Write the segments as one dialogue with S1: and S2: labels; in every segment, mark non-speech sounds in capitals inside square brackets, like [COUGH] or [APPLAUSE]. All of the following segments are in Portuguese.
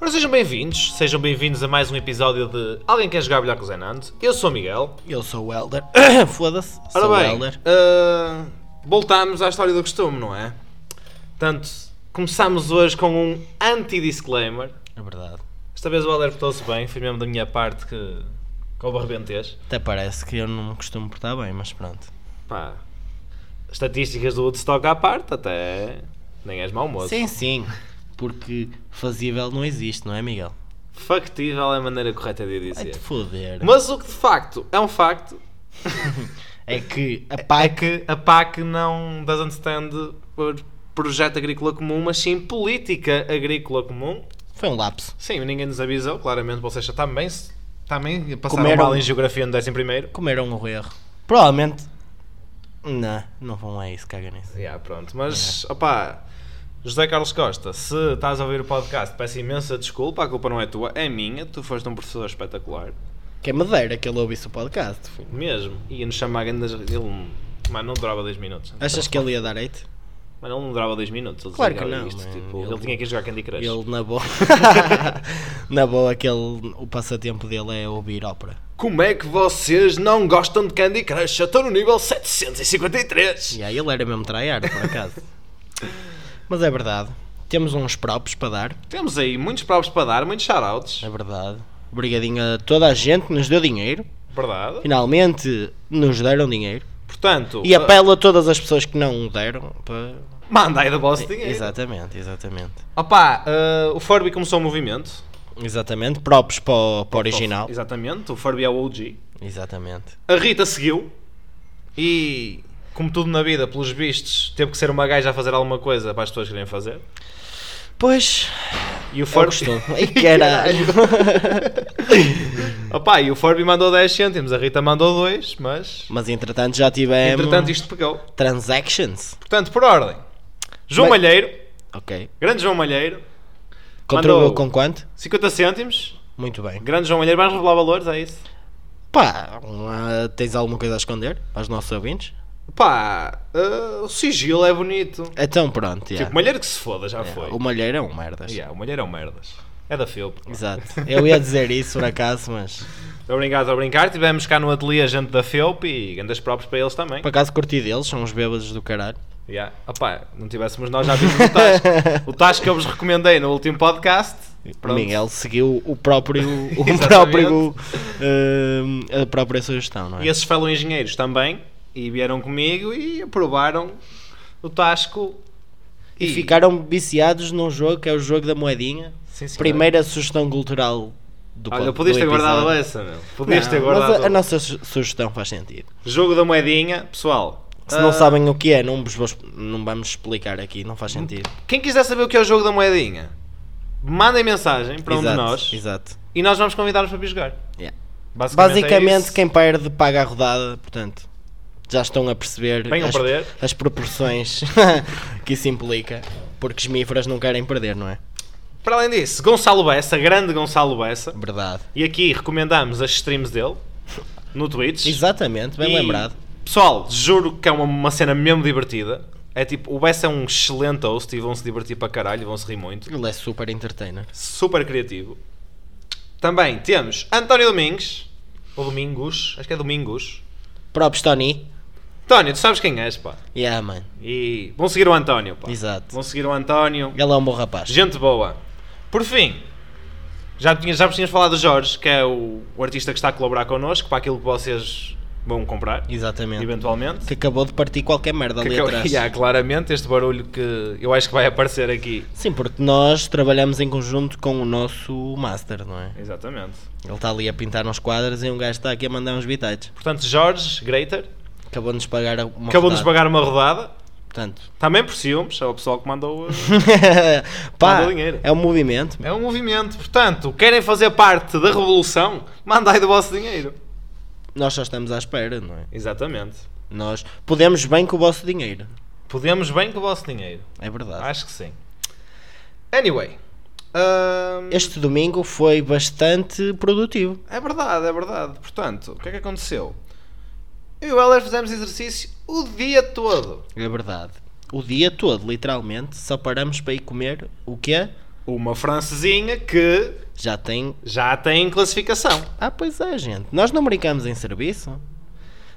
S1: Ora, sejam bem-vindos, sejam bem-vindos a mais um episódio de Alguém Quer Jogar Bilhar com o Zé Nando. Eu sou o Miguel.
S2: Eu sou o Elder. [COUGHS] Foda-se.
S1: Ora
S2: sou o
S1: bem,
S2: Elder.
S1: ah, voltámos à história do costume, não é? Portanto, começámos hoje com um anti-disclaimer.
S2: É verdade.
S1: Esta vez o Helder portou-se bem, foi mesmo da minha parte que, que houve arrebentez.
S2: Até parece que eu não me costumo portar bem, mas pronto.
S1: Pá, estatísticas do Woodstock à parte, até nem és mau moço.
S2: Sim, sim. Porque fazível não existe, não é, Miguel?
S1: Factível é a maneira correta de
S2: Vai
S1: dizer.
S2: te foder.
S1: Mas o que de facto é um facto
S2: É que a
S1: é
S2: PAC.
S1: que a PAC não doesn't stand por Projeto Agrícola Comum, mas sim Política Agrícola Comum.
S2: Foi um lapso.
S1: Sim, ninguém nos avisou, claramente vocês já também, se- também passaram
S2: Comeram.
S1: mal em Geografia no 11 primeiro.
S2: Comeram o erro. Provavelmente. Não, não vão a isso, caga nisso.
S1: Yeah, pronto, mas opá, José Carlos Costa, se estás a ouvir o podcast, peço imensa desculpa, a culpa não é tua, é minha, tu foste um professor espetacular,
S2: Que é madeira que ele ouvisse o podcast. filho.
S1: mesmo, ia nos chamar grandes. Ele, mano, não durava 10 minutos.
S2: Achas que ele ia dar hate?
S1: Mano, ele não durava 10 minutos, ele
S2: Claro que
S1: desligava
S2: não,
S1: isto,
S2: man,
S1: tipo, ele...
S2: ele-
S1: tinha que ir jogar Candy Crush.
S2: Ele na boa. [LAUGHS] na boa, aquele, o passatempo dele é ouvir ópera.
S1: Como é que vocês não gostam de Candy Crush? Eu estou no nível 753!
S2: E aí ele era mesmo traiar, por [LAUGHS] acaso. Mas é verdade. Temos uns próprios para dar,
S1: Temos aí muitos provos para dar, muitos shoutouts,
S2: é verdade. Obrigadinho a toda a gente que nos deu dinheiro.
S1: verdade?
S2: Finalmente nos deram dinheiro.
S1: Portanto,
S2: E
S1: eh,
S2: apelo a todas as pessoas que não o deram. Para...
S1: manda aí do vosso
S2: é.
S1: dinheiro.
S2: Exatamente, exatamente.
S1: Opá, eh, o Furby começou o movimento.
S2: Exatamente. Próprios para o, para o original.
S1: Exatamente, o Furby é o OG.
S2: Exatamente.
S1: A Rita seguiu e, como tudo na vida, pelos vistos, teve que ser uma gaja a fazer alguma coisa para as pessoas querem fazer.
S2: Pois,
S1: E o
S2: eu
S1: Furby, [LAUGHS]
S2: gostou. [LAUGHS] Ai, caralho.
S1: Opá, e o Furby mandou 10 cêntimos, a Rita mandou 2, mas
S2: Mas hum. entretanto já tivemos
S1: entretanto isto pegou.
S2: transactions.
S1: Portanto, por ordem, João
S2: Bem-
S1: Malheiro,
S2: Ok.
S1: grande João Malheiro,
S2: Contribuiu
S1: Mandou-
S2: com quanto?
S1: 50 cêntimos,
S2: Muito bem.
S1: grande João Malheiro, vais revelar valores, é isso?
S2: Pá, ah, tens alguma coisa a esconder aos nossos ouvintes?
S1: Pá, eh, o sigilo é bonito.
S2: Então pronto, já.
S1: Tipo, Malheiro que se foda, já
S2: Já,
S1: foi.
S2: o Malheiro é um merdas.
S1: Yeah, o Malheiro é um merdas. É da Philp.
S2: Exato. Eu ia dizer isso por acaso, mas
S1: Obrigado a brincar. Tivemos cá no ateliê gente da Felp e grandes próprios para eles também.
S2: por acaso curti deles, são uns bêbados do caralho.
S1: Yeah. Opá, não tivéssemos nós já vimos o
S2: [LAUGHS]
S1: Tasco. o Tasco que eu vos recomendei no último podcast. Pronto.
S2: Miguel seguiu o próprio, o
S1: [LAUGHS] Exatamente.
S2: próprio ah, a própria sugestão, não é?
S1: E esses fellow engenheiros também. E vieram comigo e aprovaram o Tasco.
S2: E ficaram viciados num jogo que é o jogo da moedinha.
S1: Sim, senhora.
S2: Primeira sugestão cultural do pod-
S1: Olha, podias
S2: do
S1: ter guardado
S2: episódio.
S1: essa, meu. Podias
S2: é Não,
S1: ter guardado.
S2: Mas a, a nossa su- sugestão faz sentido.
S1: Jogo da moedinha, pessoal.
S2: Se não
S1: ah,
S2: sabem o que é, não, vos vou exp- não vamos explicar aqui, não faz sentido.
S1: Quem quiser saber o que é o jogo da moedinha, mandem mensagem para um de
S2: Exato,
S1: nós
S2: Exato.
S1: e nós vamos convidar-vos para vir jogar.
S2: Yeah.
S1: Basicamente, é
S2: Basicamente,
S1: isso.
S2: quem perde paga a rodada, portanto, já estão a perceber
S1: Venham
S2: as,
S1: perder.
S2: as proporções [LAUGHS] que isso implica, porque os mifras não querem perder, não é?
S1: Para além disso, Gonçalo Bessa, grande Gonçalo Bessa,
S2: Verdade.
S1: e aqui recomendamos as streams dele no
S2: [LAUGHS]
S1: Twitch.
S2: Exatamente, bem
S1: E,
S2: lembrado.
S1: Pessoal, juro que é uma, uma cena mesmo divertida. É tipo, o Bessa é um excelente host e vão se divertir para caralho, e vão se rir muito.
S2: Ele é super entertainer.
S1: Super criativo. Também temos António Domingos, ou Domingos, acho que é Domingos.
S2: Próprio Tony.
S1: António, tu sabes quem és, pá.
S2: Yeah, mano.
S1: E vão seguir o António, pá.
S2: Exato.
S1: Vão seguir o António.
S2: Ele é um bom rapaz.
S1: Gente boa. Por fim, já, tinha, já vos tínhamos falado do Jorge, que é o, o artista que está a colaborar connosco para aquilo que vocês vão comprar,
S2: Exatamente.
S1: eventualmente.
S2: Que acabou de partir qualquer merda ali
S1: Que- que-
S2: atrás.
S1: [LAUGHS] Yeah, claramente, este barulho que eu acho que vai aparecer aqui.
S2: Sim, porque nós trabalhamos em conjunto com o nosso master, não é?
S1: Exatamente.
S2: Ele está ali a pintar uns quadros e um gajo está aqui a mandar uns bitites.
S1: Portanto, Jorge Greater
S2: Acabou-nos pagar uma
S1: acabou-nos de
S2: rodada.
S1: pagar uma rodada,
S2: Portanto, [LAUGHS]
S1: também por ciúmes, é o pessoal que mandou. eh,
S2: pá,
S1: Mandou dinheiro.
S2: é um movimento.
S1: É um movimento, portanto, querem fazer parte da revolução? Mandai do vosso dinheiro.
S2: Nós só estamos à espera, não é?
S1: Exatamente.
S2: Nós podemos bem com o vosso dinheiro.
S1: Podemos bem com o vosso dinheiro.
S2: É verdade.
S1: Acho que sim. Anyway. hum,
S2: Este domingo foi bastante produtivo.
S1: É verdade, é verdade. Portanto, o que é que aconteceu? Eu e o Heller fizemos exercício o dia todo.
S2: É verdade. O dia todo, literalmente, só paramos para ir comer o quê?
S1: uma francesinha que
S2: Já tem.
S1: já tem classificação.
S2: Ah, pois é, gente. Nós não brincamos em serviço.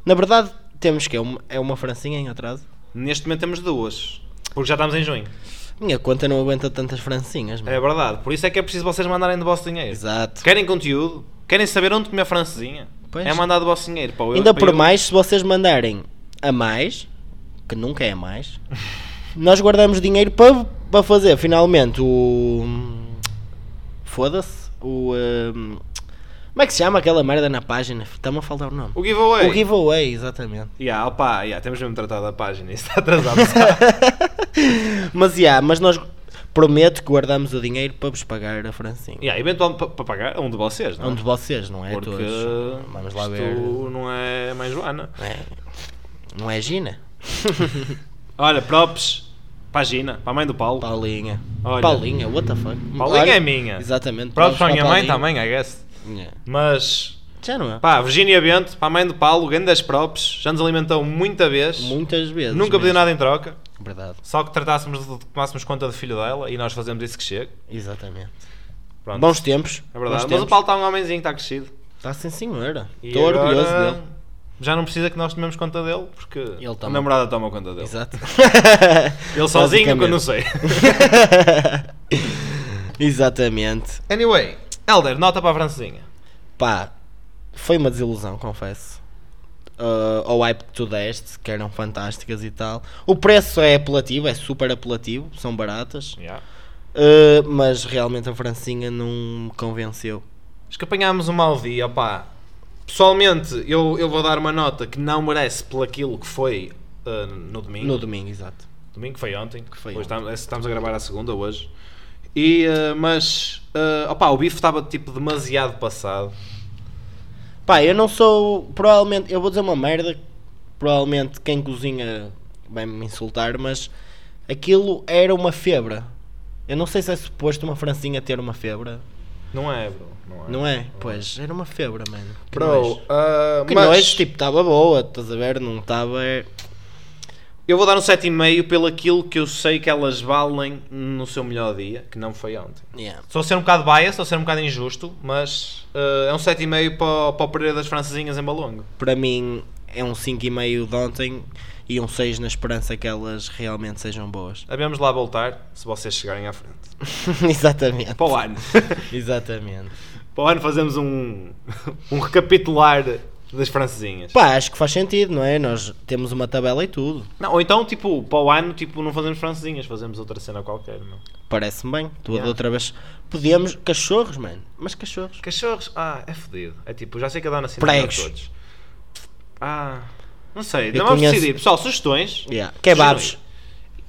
S2: Na verdade, temos que é uma, é uma francinha em atraso.
S1: Neste momento temos duas, porque já estamos em junho.
S2: Minha conta não aguenta tantas francinhas, mano.
S1: É verdade, por isso é que é preciso vocês mandarem do vosso dinheiro.
S2: Exato.
S1: Querem conteúdo? Querem saber onde comer a francesinha?
S2: Pois.
S1: É mandar do vosso dinheiro para o
S2: Ainda
S1: para
S2: por
S1: eu-
S2: mais, se vocês mandarem a mais, que nunca é
S1: [LAUGHS]
S2: a mais, nós guardamos dinheiro para, para fazer finalmente o. Foda-se. O. hum, Como é que se chama aquela merda na página? Está-me a faltar o nome.
S1: O giveaway.
S2: O giveaway, exatamente.
S1: Ya, opa, ya, temos mesmo tratado a página, isso está
S2: [LAUGHS]
S1: atrasado. sabe?
S2: Mas, yeah, mas nós prometo que guardamos o dinheiro para vos pagar a Francinha.
S1: Ya, eventualmente para pagar a um de vocês, não
S2: Um de vocês, não é?
S1: Porque
S2: Todos. Vamos lá
S1: isto
S2: ver.
S1: não é mais Joana.
S2: É. Não é Gina?
S1: Olha, props para a Gina, para a mãe do Paulo.
S2: Paulinha.
S1: Olha.
S2: Paulinha, what the fuck?
S1: Paulinha
S2: Olha,
S1: é minha.
S2: Exatamente.
S1: Props para a
S2: Paulinha.
S1: minha mãe também, I guess.
S2: Yeah.
S1: Mas,
S2: Já não é?
S1: pá, Virginia Bento, para a mãe do Paulo, grandes props, já nos alimentou muita vez.
S2: Muitas vezes.
S1: Nunca pediu
S2: mesmo.
S1: nada em troca.
S2: Verdade,
S1: Só que tratássemos de de tomássemos conta do filho dela e nós fazemos isso que chega.
S2: exatamente.
S1: Pronto,
S2: Bons tempos.
S1: é verdade. Mas
S2: Bons
S1: o
S2: tempos.
S1: Paulo está um homenzinho, está crescido.
S2: Está sim, senhora.
S1: E
S2: Estou
S1: agora
S2: orgulhoso dele.
S1: Já não precisa que nós tomemos conta dele, porque a
S2: toma.
S1: namorada toma conta dele. [LAUGHS]
S2: Exato. [LAUGHS]
S1: Ele sozinho, que eu não sei.
S2: Exatamente.
S1: anyway, Helder, nota para a francesinha.
S2: Pá, foi uma desilusão, confesso. Ah, ao hype que tu deste, que eram fantásticas e tal. O preço é apelativo, é super apelativo, são baratas.
S1: Yeah.
S2: Ah, mas realmente a francinha não me convenceu.
S1: Acho que apanhámos um mau dia, opá. Pessoalmente, eu, eu vou dar uma nota que não merece pelo aquilo que foi ah, no domingo.
S2: No domingo, exato.
S1: Domingo que foi ontem. Que
S2: foi
S1: hoje
S2: ontem.
S1: Estamos, estamos a gravar a segunda hoje. E, ah, mas, ah, opá, o bife estava tipo demasiado passado.
S2: Pá, eu não sou. Provavelmente. Eu vou dizer uma merda. Provavelmente quem cozinha vai me insultar, mas aquilo era uma febra. Eu não sei se é suposto uma francinha ter uma febra.
S1: Não é, bro? Não é?
S2: Não é? Pois, era uma febra, mano. Que
S1: Bro,
S2: nojo.
S1: ah,
S2: Que
S1: mas
S2: nojo, tipo, estava boa, estás a ver? Não estava. é-
S1: eu vou dar um 7,5 pelo aquilo que eu sei que elas valem no seu melhor dia, que não foi ontem.
S2: Yeah.
S1: Estou a ser um bocado bias, estou a ser um bocado injusto, mas ah, é um 7,5 para, o- para o Pereira das Francesinhas em Balongo.
S2: Para mim é um 5,5 de ontem e um 6 na esperança que elas realmente sejam boas. [LAUGHS]
S1: Havemos lá voltar, se vocês chegarem à frente.
S2: Exatamente.
S1: Para o ano. [LAUGHS]
S2: Exatamente.
S1: para o ano fazemos um, [LAUGHS] um recapitular das francesinhas.
S2: Pá, acho que faz sentido, não é? Nós temos uma tabela e tudo.
S1: Não, ou então, tipo, para o ano, tipo, não fazemos francesinhas, fazemos outra cena qualquer, não?
S2: Parece-me bem. Tu
S1: Yeah.
S2: da outra vez. Podíamos. Cachorros, mano. Mas cachorros.
S1: Cachorros, ah, é fodido. É tipo, já sei que a dona Cinta
S2: Pregos.
S1: todos. Ah, não sei,
S2: Eu
S1: não vamos
S2: conheço-
S1: decidir. Pessoal, sugestões.
S2: Yeah. Kebabs.
S1: Sugestões.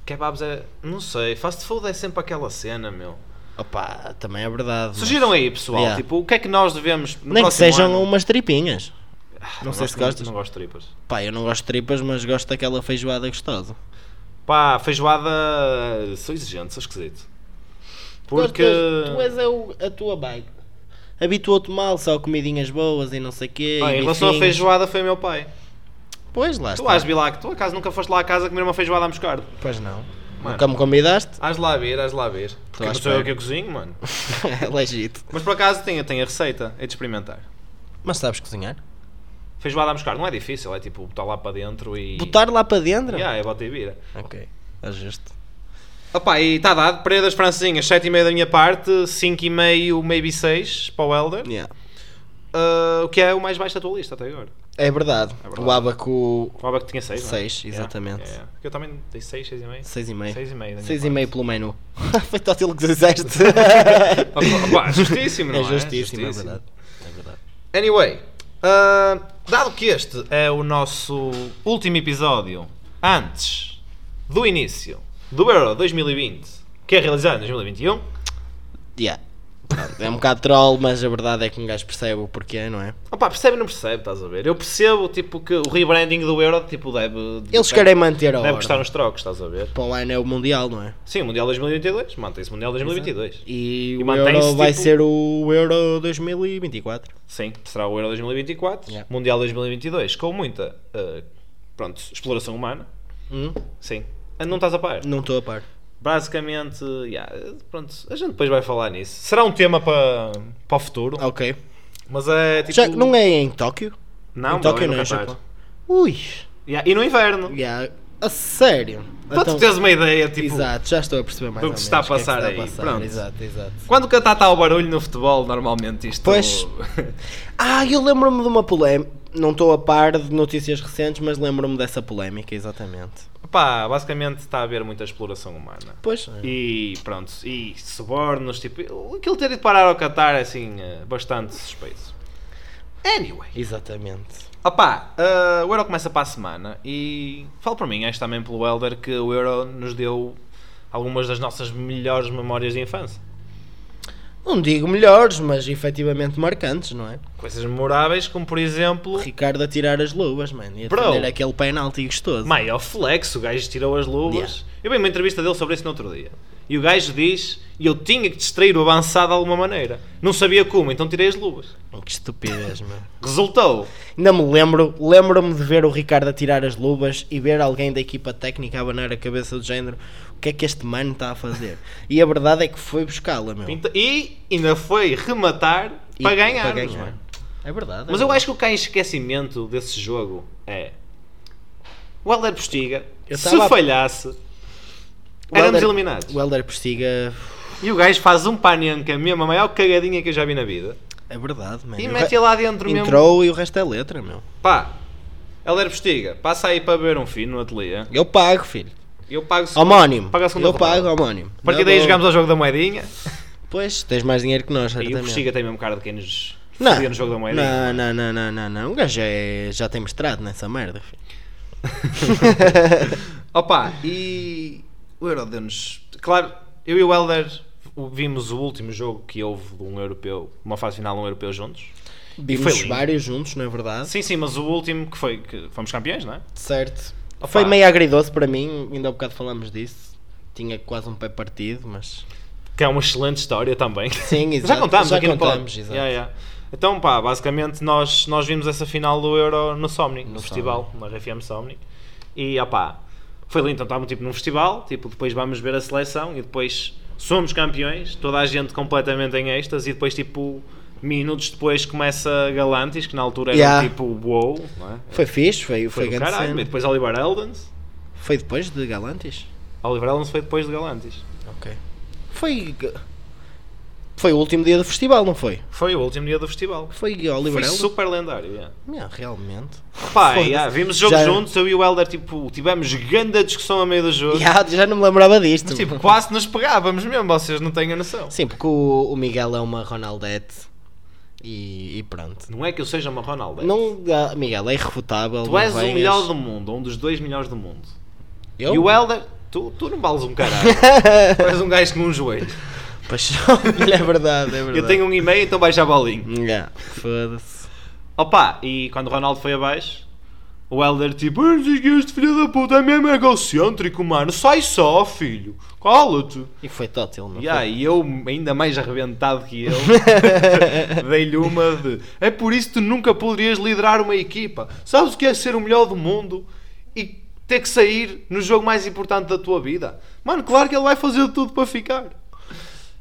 S1: Kebabs é, não sei, fast food é sempre aquela cena, meu.
S2: Opa, também é verdade. mas-
S1: Sugiram aí, pessoal,
S2: Yeah.
S1: tipo, o que é que nós devemos no
S2: Nem que
S1: próximo
S2: sejam
S1: ano?
S2: umas tripinhas.
S1: Ah,
S2: não sei
S1: gosto
S2: se
S1: muito,
S2: gostas.
S1: Não gosto de tripas.
S2: Pá, eu não gosto de tripas, mas gosto daquela feijoada gostosa.
S1: Pá, feijoada, sou exigente, sou esquisito. Porque...
S2: Tu, tu és a, o- a tua bike. Habituou-te mal só a comidinhas boas e não sei o quê.
S1: Ah,
S2: e
S1: em relação à
S2: bifinhos.
S1: feijoada foi meu pai.
S2: Pois lá
S1: Tu
S2: está.
S1: has vir lá, que tu acaso nunca foste lá a casa comer uma feijoada a moscardo.
S2: Pois não.
S1: Mano.
S2: Nunca me convidaste? [LAUGHS]
S1: Hás lá ver, hás lá ver. Porque
S2: à
S1: não sou eu
S2: espera.
S1: que eu cozinho, mano.
S2: é legítimo.
S1: Mas por acaso tenho, tenho a receita, é de experimentar.
S2: Mas sabes cozinhar?
S1: Feijoada a moscardo não é difícil, é tipo botar lá para dentro e...
S2: Botar lá para dentro?
S1: Yeah, é bota e vira.
S2: Ok. Ajuste.
S1: Opa, e está dado, Pereira das francesinhas, 7,5 da minha parte, 5,5, maybe 6 para o Elder.
S2: Yeah.
S1: Ah, o que é o mais baixo da tua lista até agora?
S2: É verdade.
S1: verdade.
S2: O abaco
S1: O Abaco tinha 6, não é?
S2: Seis, exatamente.
S1: Yeah, yeah. Eu também dei 6, 6,5.
S2: 6,5.
S1: 6,5 da minha
S2: 6,5 pelo menu. [LAUGHS] Foi tótil que disseste.
S1: parte. [LAUGHS] Opa, justíssimo, não é?
S2: é justíssimo, é verdade. É verdade.
S1: Anyway, ah, dado que este é o nosso último episódio antes do início do Euro 2020, que é realizado em 2021,
S2: Yeah. Pronto, é um bocado troll, mas a verdade é que um gajo percebe o porquê, não é?
S1: opá, percebe ou não percebe, estás a ver? Eu percebo tipo, que o rebranding do Euro tipo, deve,
S2: Eles
S1: deve,
S2: querem manter
S1: deve
S2: a ordem.
S1: custar uns trocos, estás a ver?
S2: Para o ano é o Mundial, não é?
S1: Sim, o Mundial 2022, mantém-se o Mundial 2022.
S2: E, o
S1: mantém-se,
S2: Euro vai
S1: tipo-
S2: ser o Euro 2024.
S1: Sim, será o Euro 2024,
S2: Yeah.
S1: Mundial 2022, com muita ah, pronto, exploração humana.
S2: Hum?
S1: Sim. Ah, Não estás a par?
S2: Não estou a par.
S1: Basicamente, yeah, pronto, a gente depois vai falar nisso. Será um tema para, para o futuro,
S2: Ok.
S1: mas é tipo.
S2: Ah. Já que não é em Tóquio?
S1: Não,
S2: em Tóquio
S1: não,
S2: não,
S1: é no
S2: é em
S1: Qatar.
S2: Japão. Ui.
S1: Yeah, e no inverno.
S2: Yeah. A sério?
S1: Para tu teres uma ideia, tipo,
S2: Então- exato, já estou a perceber mais
S1: do
S2: ou
S1: que se
S2: menos
S1: está a
S2: o é que se
S1: passar aí. Pronto.
S2: Exato, exato.
S1: quando o Qatar está ao barulho no futebol, normalmente isto. [LAUGHS]
S2: Pois. Ah, eu lembro-me de uma polémica. Não estou a par de notícias recentes, mas lembro-me dessa polémica, exatamente.
S1: Pá, basicamente está a haver muita exploração humana.
S2: Pois.
S1: E pronto, e subornos, tipo, aquilo ter ido parar ao Qatar é assim, eh, bastante suspeito. Anyway.
S2: Exatamente.
S1: Opá, eh, o Euro começa para a semana e falo para mim, acho também pelo Elder, que o Euro nos deu algumas das nossas melhores memórias de infância.
S2: Não digo melhores, mas efetivamente marcantes, não é?
S1: Coisas memoráveis, como por exemplo,
S2: O Ricardo a tirar as luvas, mano. E a
S1: Bro.
S2: defender aquele penalti gostoso.
S1: maior flex, é o gajo tirou as luvas.
S2: Yeah.
S1: Eu vi uma entrevista dele sobre isso no outro dia. E o gajo diz, e eu tinha que distrair o avançado de alguma maneira. Não sabia como, então tirei as luvas.
S2: Que estupidez, mano.
S1: Resultou.
S2: Ainda me lembro, lembro-me de ver o Ricardo a tirar as luvas e ver alguém da equipa técnica abanar a cabeça do género. O que é que este mano está
S1: [LAUGHS]
S2: a fazer? E a verdade é que foi buscá-la, meu.
S1: Pinta- Então, E ainda foi rematar
S2: E-
S1: para ganhar.
S2: para
S1: não é?
S2: É verdade. é
S1: Mas eu
S2: verdade.
S1: acho que o que há em esquecimento desse jogo é. O Helder Postiga,
S2: Eu
S1: se
S2: tava a-
S1: falhasse,
S2: O
S1: éramos
S2: Helder-
S1: eliminados.
S2: O Helder Postiga.
S1: E o gajo faz um panenca mesmo, a maior cagadinha que eu já vi na vida.
S2: É verdade, mano.
S1: E
S2: O
S1: mete
S2: re-
S1: lá dentro mesmo.
S2: Entrou e o resto é letra, meu.
S1: Pá, Helder Postiga, passa aí para beber um fino no ateliê.
S2: Eu pago, filho.
S1: Eu pago se-
S2: Homónimo.
S1: Paga a segunda
S2: eu
S1: rodada.
S2: pago, homónimo.
S1: A partir
S2: Não
S1: daí
S2: dou-
S1: jogamos ao jogo da moedinha.
S2: Pois, tens mais dinheiro que nós,
S1: E o
S2: certamente.
S1: Postiga tem mesmo cara de quem nos
S2: Não.
S1: fodia no jogo da moedinha.
S2: Não, não, não, não, não, não. O gajo é- já tem mestrado nessa merda, filho.
S1: Opa, e o Euro deu-nos. Claro, eu e o Helder vimos o último jogo que houve de um europeu, uma fase final de um europeu juntos. foi
S2: Vimos
S1: lindo.
S2: vários juntos, não é verdade?
S1: Sim, sim, mas o último que foi que fomos campeões, não é?
S2: Certo.
S1: Opa.
S2: Foi meio agridoce para mim, ainda há bocado falamos disso. Tinha quase um pé partido, mas.
S1: Que é uma excelente história [LAUGHS] também.
S2: Sim, exato.
S1: Já contámos
S2: Já
S1: aqui no pod.
S2: contámos, exato.
S1: Yeah, yeah. Então, pá, basicamente nós, nós vimos essa final do Euro no Somni, no,
S2: No
S1: festival, na RFM Somni. E, opá, foi lindo. Então estávamos tipo num festival, tipo, depois vamos ver a seleção e depois somos campeões, toda a gente completamente em êxtase e depois, tipo, minutos depois começa Galantis, que na altura era
S2: Yeah.
S1: tipo wow, não é?
S2: Foi fixe, foi,
S1: Foi,
S2: foi,
S1: do
S2: grande
S1: caralho.
S2: cena.
S1: E depois Oliver Eldens.
S2: Foi depois de Galantis?
S1: Oliver Eldens foi depois de Galantis.
S2: Ok. Foi. Foi o último dia do festival, não foi?
S1: Foi o último dia do festival.
S2: Foi Oliver
S1: Foi
S2: Elders?
S1: super lendário, yeah.
S2: Yeah, realmente.
S1: Pá,
S2: Foda-se.
S1: yeah, vimos o jogo
S2: Já-
S1: juntos, eu e o Helder, tipo, tivemos grande discussão a meio do jogo.
S2: [LAUGHS] Yeah, já não me lembrava disto.
S1: Mas, tipo, quase nos pegávamos mesmo, vocês não têm a noção.
S2: Sim, porque o, o Miguel é uma Ronaldette e, e pronto.
S1: Não é que eu seja uma Ronaldo.
S2: Não, ah, Miguel, é irrefutável.
S1: tu
S2: não
S1: és o
S2: venhas.
S1: melhor do mundo, um dos dois melhores do mundo.
S2: Eu?
S1: E o Helder, tu, tu não vales um [LAUGHS] caralho. tu és um gajo com um joelho.
S2: Pois, [LAUGHS] é verdade, é verdade.
S1: Eu tenho um e meio, então baixa a bolinha.
S2: Yeah, Foda-se.
S1: Opa, e quando o Ronaldo foi abaixo, o Helder, tipo, "Ah, não sei que este filho da puta é mesmo egocêntrico, mano. Sai só, filho. Cala-te.
S2: E foi tótil, não
S1: Ya, e eu, ainda mais arrebentado que [LAUGHS] ele, dei-lhe uma de é por isso que tu nunca poderias liderar uma equipa. Sabes o que é ser o melhor do mundo e ter que sair no jogo mais importante da tua vida? Mano, claro que ele vai fazer de tudo para ficar.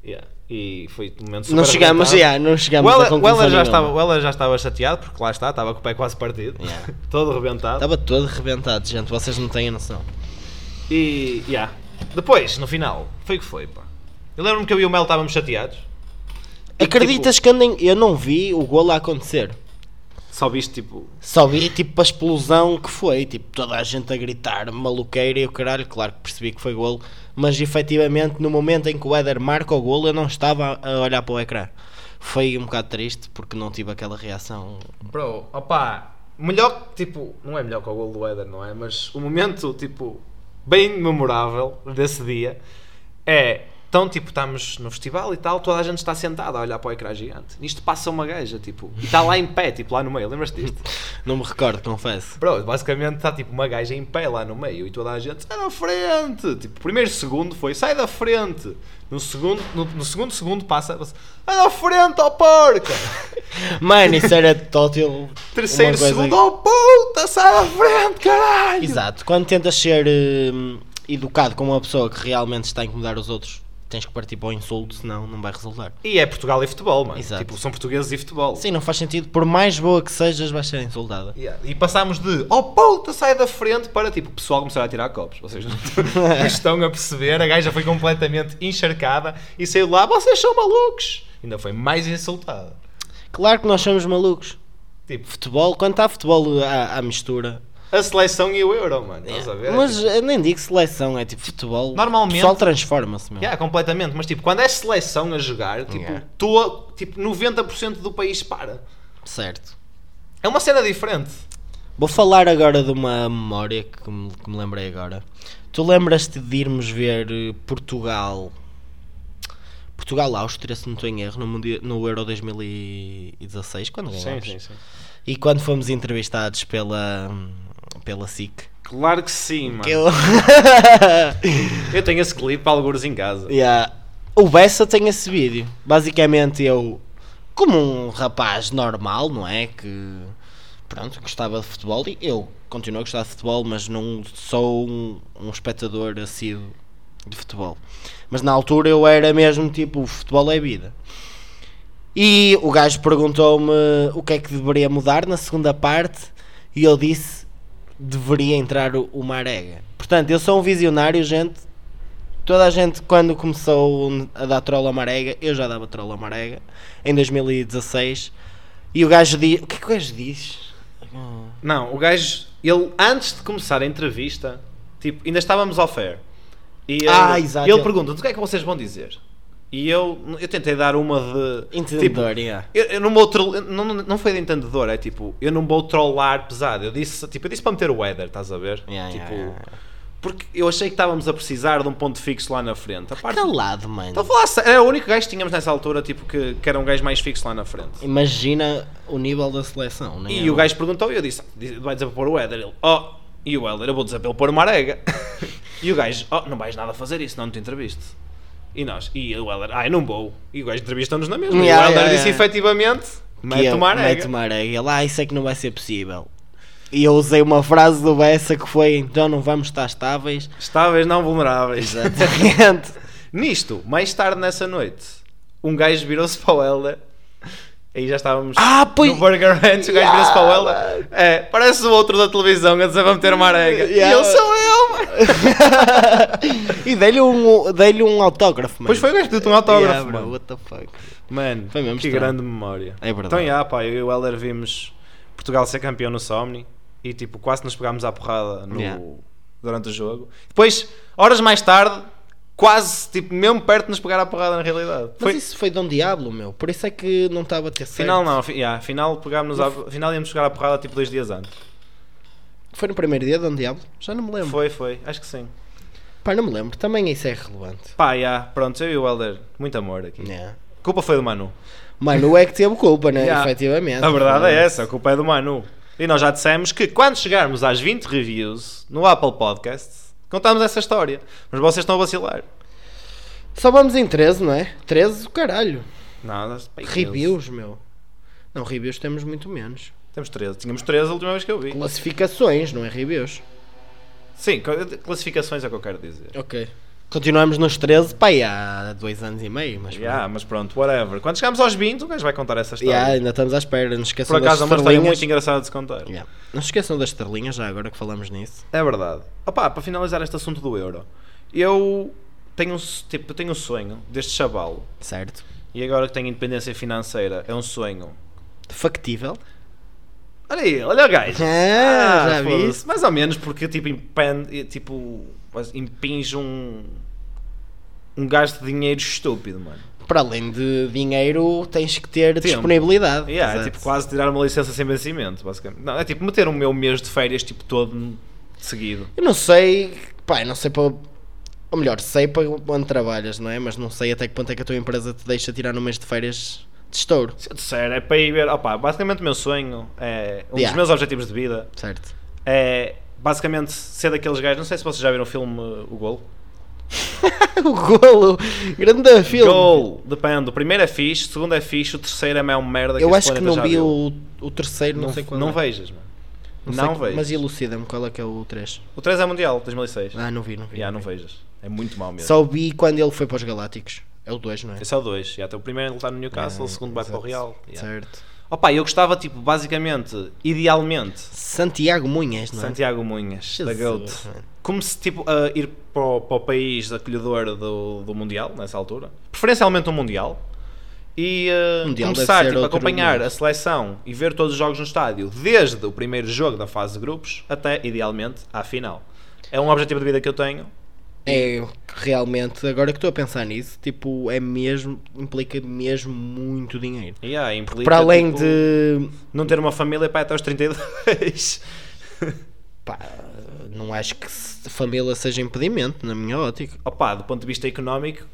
S1: Ya, E foi um momento
S2: foi?
S1: super
S2: Não chegámos,
S1: arrebentado.
S2: yeah, não
S1: O
S2: chegámos a
S1: Ela,
S2: conclusão
S1: o Ela já
S2: nenhuma.
S1: estava, o Ela já estava chateado porque lá está, estava com o pé quase partido,
S2: Ya.
S1: [LAUGHS] todo arrebentado.
S2: Estava todo arrebentado, gente. Vocês não têm a noção.
S1: É E, ya. Depois, no final, foi o que foi, pá. Eu lembro-me que eu e o Mel estávamos chateados. E, tipo,
S2: Acreditas que andem... Eu não vi o golo a acontecer.
S1: Só viste tipo.
S2: Só vi, tipo, a explosão que foi. Tipo, toda a gente a gritar, maluqueira e o caralho. Claro que percebi que foi golo. Mas, efetivamente, no momento em que o Éder marca o golo, eu não estava a olhar para o ecrã. Foi um bocado triste, porque não tive aquela reação...
S1: Bro, opá, melhor que tipo. Não é melhor que o gol do Éder, não é? Mas o momento tipo. Bem memorável desse dia é. Então, tipo, estamos no festival e tal, toda a gente está sentada a olhar para o ecrã gigante. Nisto passa uma gaja, tipo, e está lá em pé, tipo, lá no meio. Lembras-te disto?
S2: Não me recordo,
S1: [LAUGHS]
S2: confesso.
S1: Bro, basicamente está tipo uma gaja em pé lá no meio e toda a gente sai da frente. Tipo, primeiro segundo foi sai da frente. No segundo, no, no segundo segundo passa, passa, sai da frente, ó porca!
S2: Mano, isso era tótil.
S1: Terceiro oh,
S2: uma coisa-
S1: segundo, ó puta, sai da frente, caralho!
S2: Exato, quando tentas ser hum, educado com uma pessoa que realmente está a incomodar os outros, tens que partir para o insulto, senão não vai resultar.
S1: E é Portugal e futebol, mano.
S2: Exato.
S1: Tipo, são portugueses e futebol.
S2: Sim, não faz sentido. Por mais boa que sejas, vais ser insultada.
S1: Yeah. E passámos de oh puta, sai da frente para tipo, o pessoal começar a tirar copos. Vocês não
S2: [LAUGHS]
S1: não estão a perceber. A gaja foi completamente encharcada e saiu de lá, vocês são malucos. Ainda foi mais insultada.
S2: Claro que nós somos malucos.
S1: Tipo,
S2: Futebol, quando há futebol há, há mistura. É.
S1: a seleção e o euro, mano. Estás a ver? Tipo,
S2: Mas eu nem digo seleção, é tipo futebol.
S1: Normalmente-
S2: O pessoal transforma-se mesmo.
S1: Yeah, completamente. Mas tipo, quando é seleção a jogar, tipo,
S2: Yeah.
S1: tô- tipo 90% do país para.
S2: Certo.
S1: É uma cena diferente.
S2: Vou falar agora de uma memória que me, que me lembrei agora. Tu lembras-te de irmos ver eh, Portugal. Portugal-Áustria, se não estou em erro, no, Mundi- no Euro 2016, quando ganhámos.
S1: sim.
S2: E quando fomos entrevistados pela, hum, pela SIC.
S1: Claro que sim, mano.
S2: que
S1: Eu...
S2: eu-
S1: tenho esse clipe para alguns em casa.
S2: Yeah. O Bessa tem esse vídeo. Basicamente eu, como um rapaz normal, não é? Que pronto, gostava de futebol e eu continuo a gostar de futebol, mas não sou um, um espectador assíduo de futebol. Mas na altura eu era mesmo tipo, futebol é vida. E o gajo perguntou-me o que é que deveria mudar na segunda parte e eu disse deveria entrar o, o Marega. Portanto, eu sou um visionário, gente. Toda a gente, quando começou a dar trola amarega, eu já dava trola amarega, em 2016. E o gajo diz. O que é que o gajo diz?
S1: Não, o gajo, ele antes de começar a entrevista, tipo, ainda estávamos ao fair. E ele,
S2: Ah, exato.
S1: ele pergunta-nos o que é que vocês vão dizer. E eu, eu tentei dar uma de. tipo,
S2: Entendedor, yeah.
S1: eu, eu não vou tro- eu não, não- não foi de entendedor, é tipo, eu não vou trollar pesado. Eu disse, tipo, eu disse para meter o weather, estás a ver?
S2: Yeah,
S1: tipo,
S2: yeah, yeah,
S1: porque eu achei que estávamos a precisar de um ponto fixo lá na frente. A parte, Então
S2: Calado, mano.
S1: Estou a falar, sério, era o único gajo que tínhamos nessa altura, tipo, que, que era um gajo mais fixo lá na frente.
S2: Imagina o nível da seleção, né?
S1: E o gajo perguntou e eu disse, vai dizer para pôr o Éder? Ele, oh, e o Éder, eu vou dizer para ele pôr o Marega. [LAUGHS] e o gajo, oh, não vais nada fazer isso, não te entreviste. E nós, e o Éder, ai, não vou. E o gajo entrevistou-nos na mesma.
S2: Yeah,
S1: e o Éder
S2: yeah,
S1: disse,
S2: yeah. é
S1: efetivamente, mete o Marega.
S2: Mete uma arega. Lá, isso é que não vai ser possível. E eu usei uma frase do Bessa que foi: então não vamos estar estáveis.
S1: Estáveis não vulneráveis.
S2: Exatamente.
S1: [LAUGHS] Nisto, mais tarde nessa noite, um gajo virou-se para o Éder. Aí já estávamos
S2: Ah, pois-
S1: no Burger Ranch, o gajo
S2: Yeah.
S1: virou-se para o Éder. É, parece o outro da televisão a dizer, vamos ter Marega. E
S2: Yeah.
S1: eu sou eu, mano.
S2: [LAUGHS] e dei-lhe um, dei um autógrafo, mano.
S1: Pois foi o gajo que deu-te um autógrafo,
S2: Yeah, bro,
S1: mano.
S2: what the fuck.
S1: Mano,
S2: Foi mesmo
S1: que
S2: estranho.
S1: grande memória.
S2: É verdade.
S1: Então, já, pá, eu e o Heller vimos Portugal ser campeão no Somni e, tipo, quase nos pegámos à porrada no-
S2: Yeah.
S1: durante o jogo. Depois, horas mais tarde, quase, tipo, mesmo perto de nos pegar à porrada na realidade.
S2: Mas
S1: Foi...
S2: isso foi Dom Diablo, meu. Por isso é que não estava a ter certo.
S1: Final não, fi, yeah, final pegámos à, final íamos pegar à porrada tipo dois dias antes.
S2: Foi no primeiro dia Dom Diablo? Já não me lembro.
S1: Foi, foi, acho que sim.
S2: Pá, não me lembro. Também isso é relevante.
S1: Pá, yeah, pronto, eu e o Helder, muito amor aqui.
S2: Yeah.
S1: Culpa foi do Manu.
S2: Mano, é que teve culpa, né?
S1: Yeah.
S2: Efetivamente.
S1: A verdade é essa, a culpa é do Manu. E nós já dissemos que quando chegarmos às 20 reviews no Apple Podcast, contamos essa história. Mas vocês estão a vacilar.
S2: Só vamos em 13, não é? 13, o caralho.
S1: Não, nós- pá,
S2: Reviews, meu. Não, reviews temos muito menos.
S1: Temos 13. Tínhamos 13 a última vez que eu vi.
S2: Classificações, não é reviews.
S1: Sim, co- classificações é o que eu quero dizer.
S2: Ok. Continuamos nos 13, pá, e há dois anos e meio, mas
S1: Yeah, mas pronto, whatever. Quando chegarmos aos 20, o gajo vai contar essa história.
S2: Yeah, ainda estamos à espera, não esqueçam
S1: Por acaso é
S2: das
S1: uma história
S2: estrelinhas.
S1: muito engraçada de se contar.
S2: Yeah. Não se esqueçam das estrelinhas, já agora que falamos nisso.
S1: É verdade. Opa, para finalizar este assunto do euro, eu tenho um, s- tipo, eu tenho um sonho deste chavalo.
S2: Certo.
S1: E agora que tenho independência financeira, é um sonho
S2: Factível.
S1: Olha aí, olha o gajo.
S2: Ah, já vi
S1: foda-se.
S2: isso.
S1: Mais ou menos, porque tipo, impende, tipo mas impinge um, um gasto de dinheiro estúpido, mano.
S2: Para além de dinheiro, tens que ter
S1: Tempo.
S2: disponibilidade.
S1: Yeah, é
S2: Tá, Exato.
S1: tipo quase tirar uma licença sem vencimento, basicamente. Não, é tipo meter o meu mês de férias tipo todo de seguido.
S2: Eu não sei, pá, eu não sei para. Ou melhor, sei para onde trabalhas, não é? Mas não sei até que ponto é que a tua empresa te deixa tirar no mês de férias de estouro.
S1: Se eu disser, é para ir ver. Opa, basicamente o meu sonho, é, um dos
S2: Yeah.
S1: meus objetivos de vida
S2: Certo. [LAUGHS]
S1: é basicamente ser daqueles gajos. Não sei se vocês já viram o filme uh, O Golo.
S2: o golo! Grande filme!
S1: Gol, depende. O primeiro é fixe, o segundo é fixe, o terceiro é a maior merda
S2: Eu
S1: este
S2: acho que
S1: planeta
S2: não
S1: já
S2: vi
S1: viu.
S2: o, o terceiro, não, sei qual
S1: não
S2: é.
S1: vejas, mano.
S2: sei
S1: Não
S2: que-
S1: vejo.
S2: Mas elucida-me qual é que é o 3.
S1: O 3 é Mundial, 2006.
S2: Ah, não vi, não vi.
S1: Já, não
S2: vi.
S1: vejas. É muito mau mesmo.
S2: Só vi quando ele foi para os Galácticos. É o 2, não é?
S1: É só dois. Já, até o primeiro ele está no Newcastle, é o segundo vai para o
S2: Ah, Exato.
S1: Real. Já.
S2: Certo.
S1: Opa, eu gostava, tipo, basicamente, idealmente,
S2: Santiago Munhas, não é?
S1: Santiago Munhas, da
S2: Jesus,
S1: GOAT.
S2: mano.
S1: Como se, tipo, a ir para o, para o país acolhedor do, do Mundial, nessa altura. Preferencialmente o Mundial. E eh,
S2: Um Mundial deve
S1: começar,
S2: ser
S1: tipo, a
S2: outro
S1: acompanhar
S2: nível.
S1: a seleção e ver todos os jogos no estádio, desde o primeiro jogo da fase de grupos até, idealmente, à final. É um objetivo de vida que eu tenho.
S2: É, realmente, agora que estou a pensar nisso, tipo, é mesmo, implica mesmo muito dinheiro.
S1: E, ah, implica,
S2: Para além
S1: tipo,
S2: de.
S1: Não ter uma família para até aos 32.
S2: Pá, não acho que se- família seja impedimento, na minha ótica.
S1: [LAUGHS] Opa, do ponto de vista económico,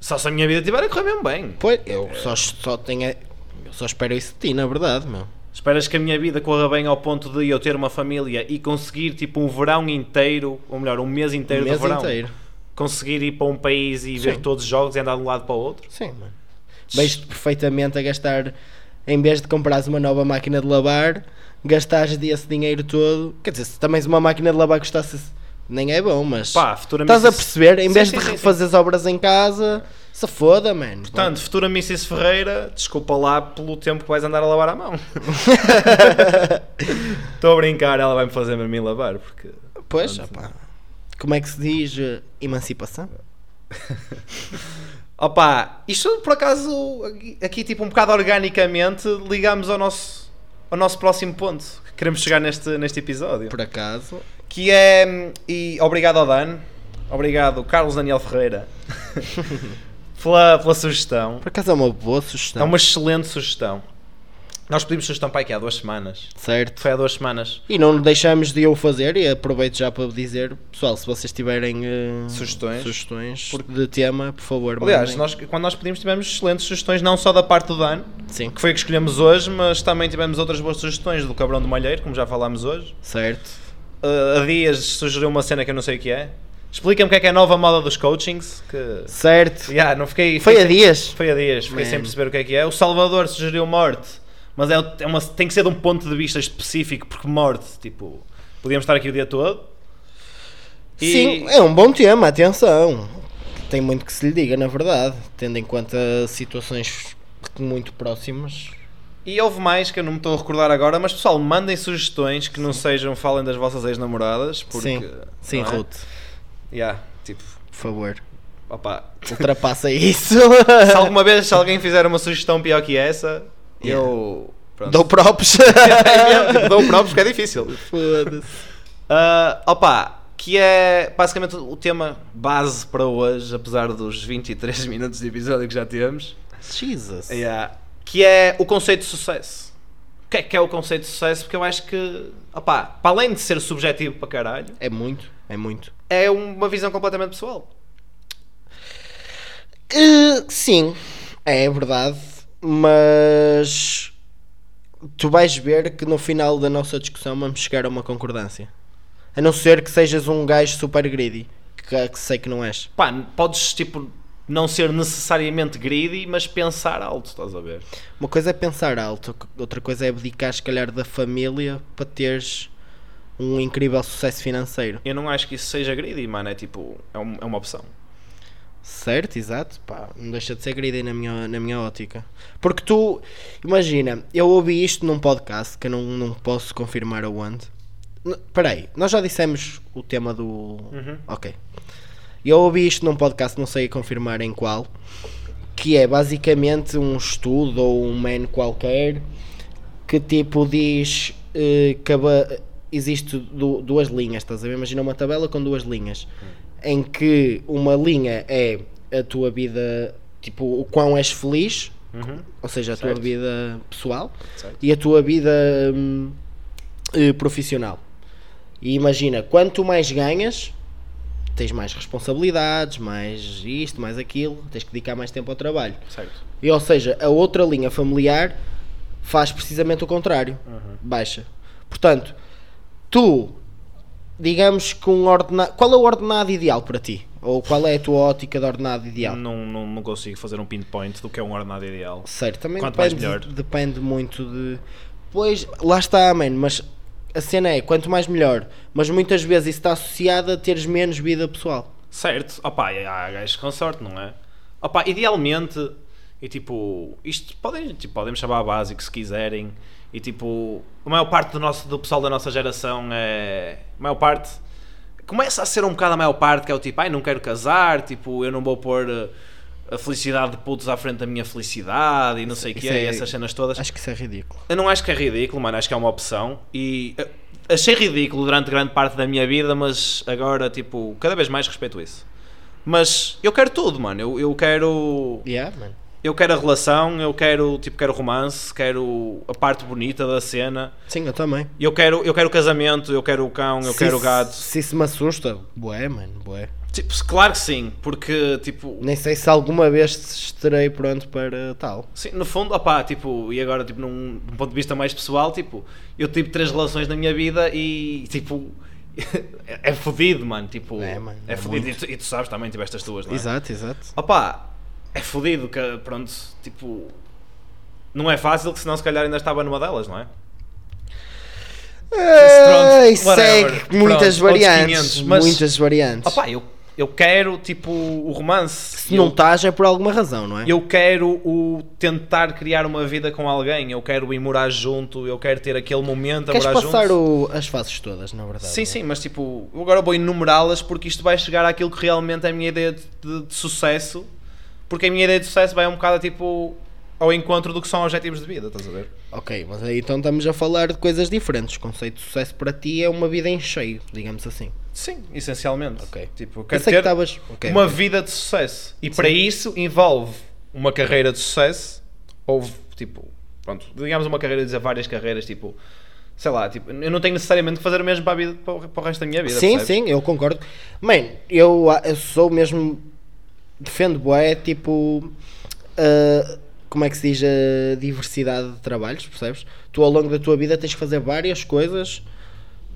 S1: só se a minha vida estiver a correr mesmo bem.
S2: Pois,
S1: É.
S2: eu só, só tenho. a- Eu só espero isso de ti, na verdade, meu.
S1: Esperas que a minha vida corra bem ao ponto de eu ter uma família e conseguir tipo um verão inteiro, ou melhor, um mês inteiro
S2: O mês
S1: de verão,
S2: inteiro.
S1: conseguir ir para um país e ver
S2: Sim.
S1: todos os jogos e andar de um lado para o outro?
S2: Sim, mano. Vejo-te perfeitamente a gastar, em vez de comprares uma nova máquina de lavar, gastares esse dinheiro todo. Quer dizer, se também uma máquina de lavar custasse. Nem é bom, mas.
S1: Pá, futuramente.
S2: Estás a
S1: isso-
S2: perceber? Em
S1: Sim,
S2: vez
S1: sim,
S2: de
S1: sim, sim.
S2: refazer as obras em casa, se foda, mano.
S1: Portanto, futura Mrs. Ferreira, desculpa lá pelo tempo que vais andar a lavar a
S2: [LAUGHS]
S1: mão. Estou a brincar, ela vai-me fazer a mim lavar, porque.
S2: pois, opá. Como é que se diz eh, emancipação?
S1: Opa, isto por acaso, aqui- aqui tipo um bocado organicamente, ligamos ao nosso, ao nosso próximo ponto que queremos chegar neste, neste episódio.
S2: Por acaso.
S1: Que é. E obrigado ao Dan, obrigado Carlos Daniel Ferreira [LAUGHS] pela, pela sugestão.
S2: Por acaso é uma boa
S1: É
S2: sugestão.
S1: uma excelente sugestão. Nós pedimos sugestão para aqui há duas semanas.
S2: Certo.
S1: Foi há duas semanas.
S2: E não deixamos de eu fazer, e aproveito já para dizer, pessoal, se vocês tiverem eh,
S1: Sugestões.
S2: sugestões de tema, por favor,
S1: Aliás,
S2: mandem.
S1: nós, quando nós pedimos, tivemos excelentes sugestões, não só da parte do Dan,
S2: Sim,
S1: que foi a que escolhemos hoje, mas também tivemos outras boas sugestões do Cabrão do Malheiro, como já falámos hoje.
S2: certo.
S1: Uh, a Dias sugeriu uma cena que eu não sei o que é. Explica-me o que é que é a nova moda dos coachings. Que...
S2: Certo.
S1: Yeah, não fiquei,
S2: Foi a
S1: fiquei-
S2: dias.
S1: Foi a dias, fiquei
S2: Man.
S1: sem perceber o que é que é. O Salvador sugeriu morte, mas é, é uma, tem que ser de um ponto de vista específico, porque morte, tipo, podíamos estar aqui o dia todo. E-
S2: Sim, é um bom tema, atenção. Tem muito que se lhe diga, na verdade, tendo em conta situações muito próximas.
S1: E houve mais que eu não me estou a recordar agora, mas pessoal, mandem sugestões que não sejam falem das vossas ex-namoradas, porque.
S2: sim, sim,
S1: não é?
S2: Ruth,
S1: Yeah, tipo, [LAUGHS]
S2: por favor, [LAUGHS]
S1: opá.
S2: ultrapassa isso.
S1: Se alguma vez se alguém fizer uma sugestão pior que essa,
S2: Yeah.
S1: eu. Pronto.
S2: [LAUGHS]
S1: [LAUGHS]
S2: Dou props.
S1: É mesmo, tipo, dou o próprio porque é difícil.
S2: Foda-se.
S1: Ah, opa, que é basicamente o tema base para hoje, apesar dos 23 [LAUGHS] minutos de episódio que já tivemos,
S2: Jesus.
S1: Yeah. que é o conceito de sucesso. O que é que é o conceito de sucesso? Porque eu acho que, opa, para além de ser subjetivo para caralho,
S2: É muito, é muito.
S1: é uma visão completamente pessoal.
S2: Eh, sim, é verdade, mas tu vais ver que no final da nossa discussão vamos chegar a uma concordância. A não ser que sejas um gajo super greedy, que, que sei que não és.
S1: Pá, podes, tipo, não ser necessariamente greedy, mas pensar alto, estás a ver?
S2: Uma coisa é pensar alto, outra coisa é abdicar, se calhar, da família para teres um incrível sucesso financeiro.
S1: Eu não acho que isso seja greedy, mano, é tipo, é, um- é uma opção.
S2: Certo, exato, pá, não deixa de ser greedy na minha, na minha ótica. Porque tu, imagina, eu ouvi isto num podcast que eu não, não posso confirmar aonde. N- Peraí, nós já dissemos o tema do. Ok. Eu ouvi isto num podcast, não sei confirmar em qual, que é basicamente um estudo ou um man qualquer que tipo diz eh, que aba- existe du- duas linhas, estás a ver? Imagina uma tabela com duas linhas em que uma linha é a tua vida, tipo, o quão és feliz, ou seja, a
S1: Uhum. Certo.
S2: tua vida pessoal
S1: Certo.
S2: e a tua vida hum, eh, profissional. E imagina, quanto mais ganhas, tens mais responsabilidades, mais isto, mais aquilo, tens que dedicar mais tempo ao trabalho.
S1: Certo.
S2: E, ou seja, a outra linha familiar faz precisamente o contrário. Baixa. Portanto, tu, digamos que um ordenado. Qual é o ordenado ideal para ti? Ou qual é a tua ótica de ordenado ideal?
S1: Não, não, não consigo fazer um pinpoint do que é um ordenado ideal.
S2: Certo, também
S1: Quanto mais
S2: depende,
S1: melhor.
S2: depende muito de. Pois, lá está, mano, mas a cena é quanto mais melhor, mas muitas vezes isso está associado a teres menos vida pessoal.
S1: Certo, opá, há gajos com sorte, não é? Opá, idealmente, e tipo, isto podem, tipo, podem me chamar a básico se quiserem, e tipo, a maior parte do, nosso, do pessoal da nossa geração é. A maior parte. Começa a ser um bocado a maior parte que é o tipo, ai, não quero casar, tipo, eu não vou pôr eh, a felicidade de putos à frente da minha felicidade e não sei o que,
S2: isso é-
S1: é, essas cenas todas.
S2: Acho que isso é ridículo.
S1: Eu não acho que é ridículo, mano, acho que é uma opção. E eh, achei ridículo durante grande parte da minha vida, mas agora, tipo, cada vez mais respeito isso. Mas eu quero tudo, mano. Eu, eu quero.
S2: Yeah, mano.
S1: Eu quero a relação, eu quero, tipo, quero romance, quero a parte bonita da cena.
S2: Sim, eu também.
S1: Eu quero, eu quero casamento, eu quero o cão, eu
S2: Se
S1: quero o
S2: isso-
S1: gato.
S2: Se isso me assusta, boé, mano, boé.
S1: Tipo, se- claro que sim, porque, tipo,
S2: Nem sei se alguma vez estarei pronto para tal.
S1: Sim, no fundo, opá, tipo, e agora, tipo, num, num ponto de vista mais pessoal, tipo, eu tive três relações na minha vida e, tipo, [LAUGHS] é, é fodido, mano, tipo,
S2: É, mano, é
S1: fodido. E
S2: muito.
S1: tu, e tu sabes, também tiveste as tuas, não é?
S2: Exato, exato.
S1: Opá, é fodido que, pronto, tipo, não é fácil, que senão se calhar ainda estava numa delas, não é?
S2: Ah, isso
S1: whatever.
S2: segue muitas
S1: Pronto, outros
S2: variantes.
S1: 500, mas-
S2: Muitas variantes.
S1: Opá, eu, eu quero, tipo, o romance.
S2: se
S1: eu,
S2: não estás é por alguma razão, não é?
S1: Eu quero o tentar criar uma vida com alguém, eu quero ir morar junto, eu quero ter aquele momento a
S2: Queres
S1: morar
S2: passar
S1: junto.
S2: o- as fases todas, na verdade.
S1: Sim,
S2: não é?
S1: sim, mas tipo, eu agora vou enumerá-las porque isto vai chegar àquilo que realmente é a minha ideia de, de- de sucesso, porque a minha ideia de sucesso vai um bocado tipo ao encontro do que são objetivos de vida, estás a ver?
S2: Ok, mas aí então estamos a falar de coisas diferentes. O conceito de sucesso para ti é uma vida em cheio, digamos assim.
S1: Sim, essencialmente.
S2: Ok.
S1: Tipo, eu quero
S2: Pensei
S1: ter
S2: que estavas- ok,
S1: uma
S2: ok.
S1: vida de sucesso. E para isso envolve uma carreira de sucesso, ou tipo, pronto, digamos uma carreira, dizer várias carreiras, tipo, sei lá, tipo, eu não tenho necessariamente que fazer o mesmo para, a vida, para, o, para o resto da minha vida.
S2: Sim,
S1: percebes?
S2: sim, eu concordo. Man, eu, a- eu sou mesmo. Defendo boé, tipo. ah, como é que se diz a diversidade de trabalhos, percebes? Tu ao longo da tua vida tens que fazer várias coisas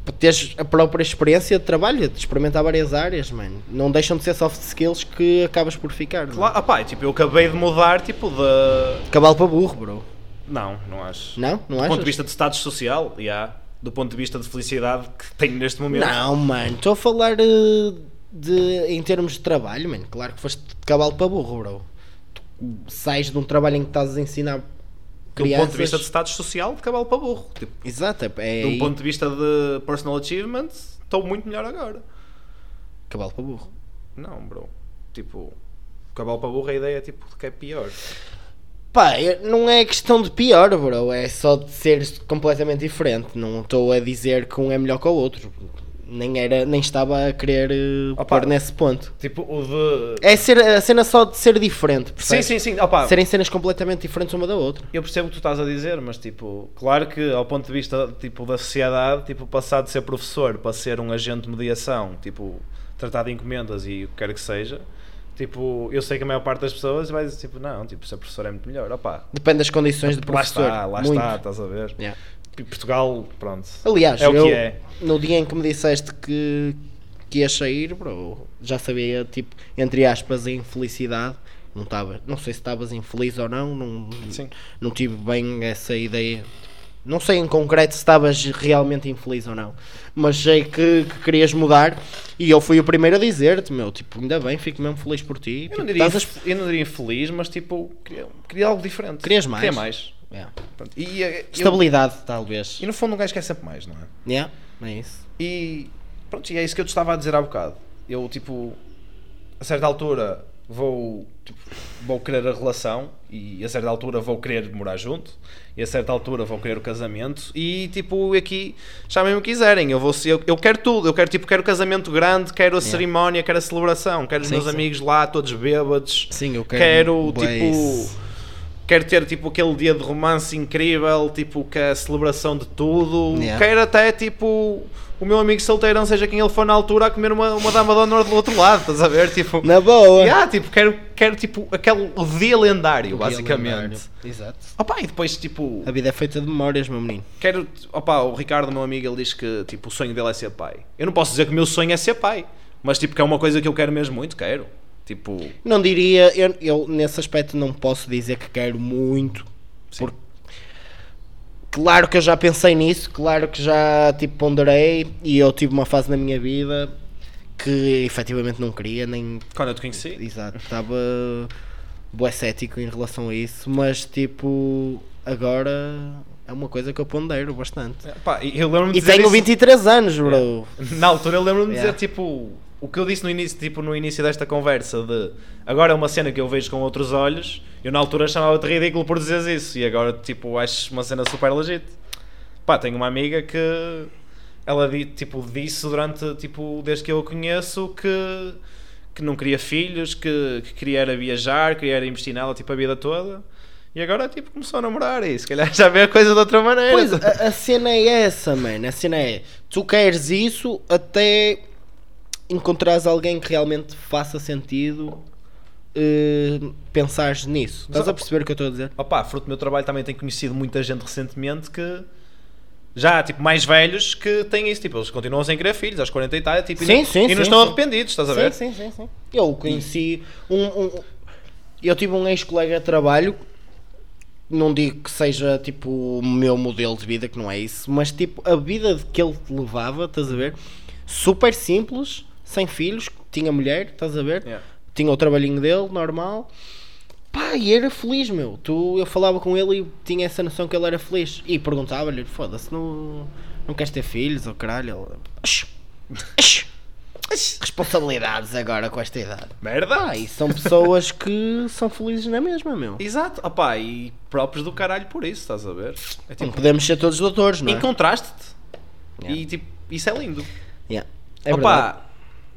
S2: para teres a própria experiência de trabalho, de experimentar várias áreas, mano. Não deixam de ser soft skills que acabas por ficar. é? Claro.
S1: Claro, opá, tipo, eu acabei de mudar, tipo, de.
S2: Cabalo para burro, bro.
S1: Não, não acho.
S2: Não?
S1: Do
S2: Não achas?
S1: ponto de vista de status social, já. Do ponto de vista de felicidade que tenho neste momento.
S2: Não, mano, estou a falar eh, de, em termos de trabalho, mano. Claro que foste de cavalo para burro, bro. Tu sais de um trabalho em que estás a ensinar
S1: Do
S2: crianças.
S1: ponto de vista de status social, de cavalo para burro. Tipo,
S2: Exato, é- é
S1: de um
S2: aí.
S1: ponto de vista de personal achievement, estou muito melhor agora.
S2: cavalo para burro.
S1: Não, bro. Tipo, cavalo para burro, a ideia é tipo de que é pior.
S2: Pá, eu- não é questão de pior, bro. É só de seres completamente diferente. Não estou a dizer que um é melhor que o outro. Nem, era, nem estava a querer eh,
S1: Opa.
S2: pôr nesse ponto.
S1: Tipo, o de.
S2: É ser, a cena só de ser diferente,
S1: Sim,
S2: percebes?
S1: sim, sim. Opa,
S2: Serem cenas completamente diferentes uma da outra.
S1: eu percebo o que tu estás a dizer, mas tipo, claro que ao ponto de vista tipo, da sociedade, tipo, passar de ser professor para ser um agente de mediação, tipo, tratar de encomendas e o que quer que seja, tipo, eu sei que a maior parte das pessoas vai dizer tipo, não, tipo, ser professor é muito melhor, opá.
S2: Depende das condições do
S1: Lá
S2: professor.
S1: está, lá
S2: muito.
S1: está, estás a ver?
S2: Yeah.
S1: E Portugal, pronto.
S2: Aliás,
S1: é o
S2: eu,
S1: que é.
S2: no dia em que me disseste que, que ia sair, bro, já sabia, tipo, entre aspas, a infelicidade. Não, tava, não sei se estavas infeliz ou não, não,
S1: Sim.
S2: não tive bem essa ideia. Não sei em concreto se estavas realmente infeliz ou não, mas sei que, que querias mudar e eu fui o primeiro a dizer-te, meu, tipo, ainda bem, fico mesmo feliz por ti.
S1: Eu
S2: tipo,
S1: não, diria,
S2: estás a
S1: inf- eu não diria infeliz, mas tipo, queria, queria algo diferente.
S2: Querias mais?
S1: Queria mais.
S2: exp- Yeah.
S1: Pronto. E, eh, eu-
S2: Estabilidade, talvez.
S1: e no fundo um gajo quer sempre mais, não é?
S2: Yeah, é isso.
S1: E pronto, e é isso que eu te estava a dizer há bocado. Eu tipo, a certa altura vou, tipo, vou querer a relação e a certa altura vou querer morar junto e a certa altura vou querer o casamento e tipo aqui chamem-me o que quiserem eu vou ser- eu, eu quero tudo eu quero tipo quero o casamento grande quero a cerimónia quero a celebração quero os
S2: Sim,
S1: meus
S2: sim.
S1: amigos lá todos bêbados
S2: Sim, eu
S1: quero,
S2: quero. bué
S1: tipo
S2: isso.
S1: quero ter tipo aquele dia de romance incrível tipo que a celebração de tudo
S2: Yeah.
S1: quero até tipo o meu amigo solteirão seja quem ele for na altura a comer uma, uma dama de honor do outro lado estás a ver tipo
S2: Na boa.
S1: yeah, tipo quero quero tipo aquele o dia lendário basicamente
S2: Exato.
S1: Opa, e depois tipo
S2: A vida é feita de memórias, meu menino.
S1: quero opa o Ricardo meu amigo ele diz que tipo o sonho dele é ser pai eu não posso dizer que o meu sonho é ser pai mas tipo que é uma coisa que eu quero mesmo muito quero tipo
S2: Não diria, eu, eu nesse aspecto não posso dizer que quero muito.
S1: Sim.
S2: Porque Claro que eu já pensei nisso, claro que já tipo ponderei e eu tive uma fase na minha vida que efetivamente não queria, nem
S1: Quando eu te conheci.
S2: Exato, estava bué cético em relação a isso, mas tipo, agora é uma coisa que eu pondero bastante.
S1: É, pá, e eu lembro-me de
S2: E
S1: dizer
S2: tenho
S1: isso- É.
S2: 23 anos, bro.
S1: Na altura eu lembro-me de dizer,
S2: Yeah.
S1: tipo, o que eu disse no início, tipo, no início desta conversa de agora é uma cena que eu vejo com outros olhos, eu na altura chamava-te ridículo por dizeres isso, e agora, tipo, acho uma cena super legit. Pá, tenho uma amiga que ela di- tipo, disse durante, tipo, desde que eu a conheço que, que não queria filhos, que, que queria era viajar, queria era investir nela, tipo, a vida toda. E agora, tipo, começou a namorar e se calhar já vê a coisa de outra maneira.
S2: Pois, a, a cena é essa, mano. A cena é, tu queres isso até encontrares alguém que realmente faça sentido eh, pensares nisso. Estás a perceber o que eu estou a dizer?
S1: Opa, fruto do meu trabalho também tenho conhecido muita gente recentemente que já, tipo, mais velhos que têm isso, tipo, eles continuam sem querer filhos aos 40 e tal, tipo, e,
S2: Sim,
S1: não-
S2: sim,
S1: e não
S2: sim,
S1: estão
S2: sim.
S1: arrependidos, estás a
S2: Sim,
S1: ver?
S2: sim, sim, sim. Eu conheci um, um- Eu tive um ex-colega de trabalho. Não digo que seja tipo o meu modelo de vida, que não é isso, mas tipo a vida de que ele levava, estás a ver? Super simples, sem filhos, tinha mulher, estás a ver?
S1: Yeah.
S2: Tinha o trabalhinho dele, normal. Pá, e era feliz, meu. Tu, eu falava com ele e tinha essa noção que ele era feliz. E perguntava-lhe: foda-se, não, não queres ter filhos ou caralho? Ele, "Oxe, oxe, oxe, Responsabilidades agora com esta idade.
S1: Merda!
S2: Pá, e são pessoas que são felizes na mesma, meu.
S1: Exato, opa, e próprios do caralho por isso, estás a ver? É
S2: Não
S1: tipo,
S2: podemos ser todos doutores, Um não é?
S1: encontraste-te
S2: Yeah.
S1: e, tipo, isso é lindo.
S2: Yeah, é verdade.
S1: opa,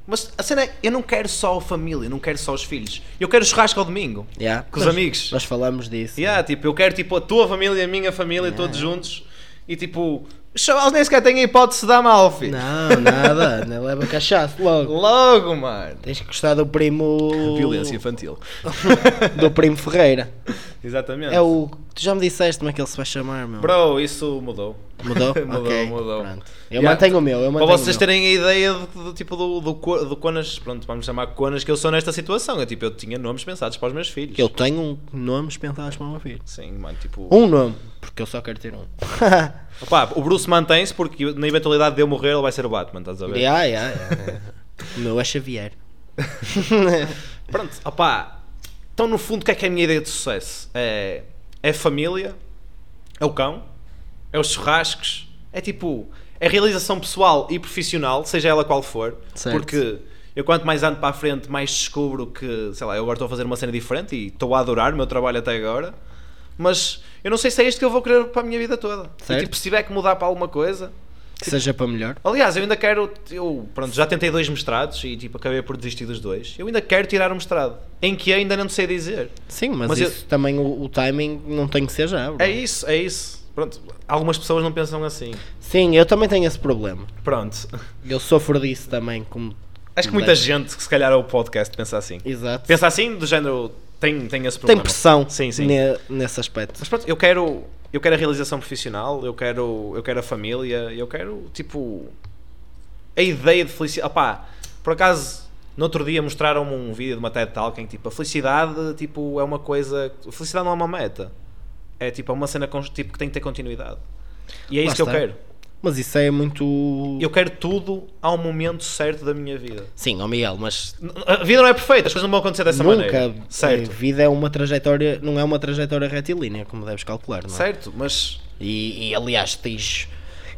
S1: mas a cena é, eu não quero só a família, eu não quero só os filhos, eu quero churrasco ao domingo,
S2: Yeah.
S1: com os
S2: Nós-
S1: amigos.
S2: Nós falamos disso.
S1: Yeah, tipo, eu quero tipo a tua família, a minha família, todos juntos. E tipo, os chavales nem sequer têm a hipótese de dar mal, filho.
S2: Não, nada. [LAUGHS] não leva cachaça logo.
S1: Logo, mano.
S2: Tens que gostar do primo.
S1: infantil.
S2: Do primo Ferreira.
S1: [LAUGHS] Exatamente.
S2: É o. Tu já me disseste como é que ele se vai chamar, meu.
S1: Bro, isso mudou.
S2: Mudou?
S1: [LAUGHS] Mudou,
S2: Ok,
S1: mudou.
S2: pronto. Eu
S1: Yeah.
S2: mantenho o meu, eu
S1: Para
S2: mantenho
S1: vocês
S2: o meu.
S1: terem a ideia do, do tipo do, do, co- do Conas, pronto, vamos chamar Conas que eu sou nesta situação. Eu, tipo, eu tinha nomes pensados para os meus filhos.
S2: Eu tenho um nomes pensados para o meu filho.
S1: Sim, mano, tipo.
S2: Um nome, porque eu só quero ter um. [LAUGHS]
S1: Opá, o Bruce mantém-se porque na eventualidade de eu morrer ele vai ser o Batman, estás a ver?
S2: yeah, yeah, yeah. O meu é Xavier.
S1: Pronto, opá. Então, no fundo, o que é que é a minha ideia de sucesso? É, é família, é o cão, é os churrascos, é tipo. É realização pessoal e profissional, seja ela qual for.
S2: Certo.
S1: Porque eu, quanto mais ando para a frente, mais descubro que, sei lá, eu agora estou a fazer uma cena diferente e estou a adorar o meu trabalho até agora. Mas eu não sei se é isto que eu vou querer para a minha vida toda. E,
S2: Certo.
S1: tipo, se tiver que mudar para alguma coisa,
S2: que seja para melhor.
S1: Aliás, eu ainda quero. Eu, pronto, já tentei dois mestrados e tipo, acabei por desistir dos dois. Eu ainda quero tirar um mestrado. Em que ainda não sei dizer.
S2: Sim, mas,
S1: Mas eu-
S2: isso também o, o timing não tem que ser já. bro.
S1: É isso, é isso. Pronto, algumas pessoas não pensam assim.
S2: Sim, eu também tenho esse problema.
S1: Pronto.
S2: Eu sofro disso também. Como...
S1: Acho que muita gente, que se calhar é o podcast, pensa assim.
S2: Exato.
S1: Pensa assim, do género. Tem, tem esse
S2: Tem
S1: problema.
S2: pressão
S1: Sim, sim.
S2: ne- nesse aspecto.
S1: Mas pronto, eu quero. Eu quero a realização profissional, eu quero, eu quero a família, eu quero, tipo. A ideia de felicidade. Opá, por acaso, no outro dia mostraram-me um vídeo de uma TED Talk em que, tipo, a felicidade, tipo, é uma coisa. A felicidade não é uma meta. É, tipo, é uma cena const- tipo, que tem que ter continuidade. E é
S2: Lá
S1: isso que eu
S2: está.
S1: quero.
S2: Mas isso é muito.
S1: Eu quero tudo ao momento certo da minha vida.
S2: Sim, ó Miguel, mas
S1: N- A vida não é perfeita, as coisas não vão acontecer dessa
S2: Nunca.
S1: maneira.
S2: A
S1: Certo.
S2: vida é uma trajetória, não é uma trajetória retilínea, como deves calcular, não é?
S1: Certo, mas.
S2: E, e, aliás, tens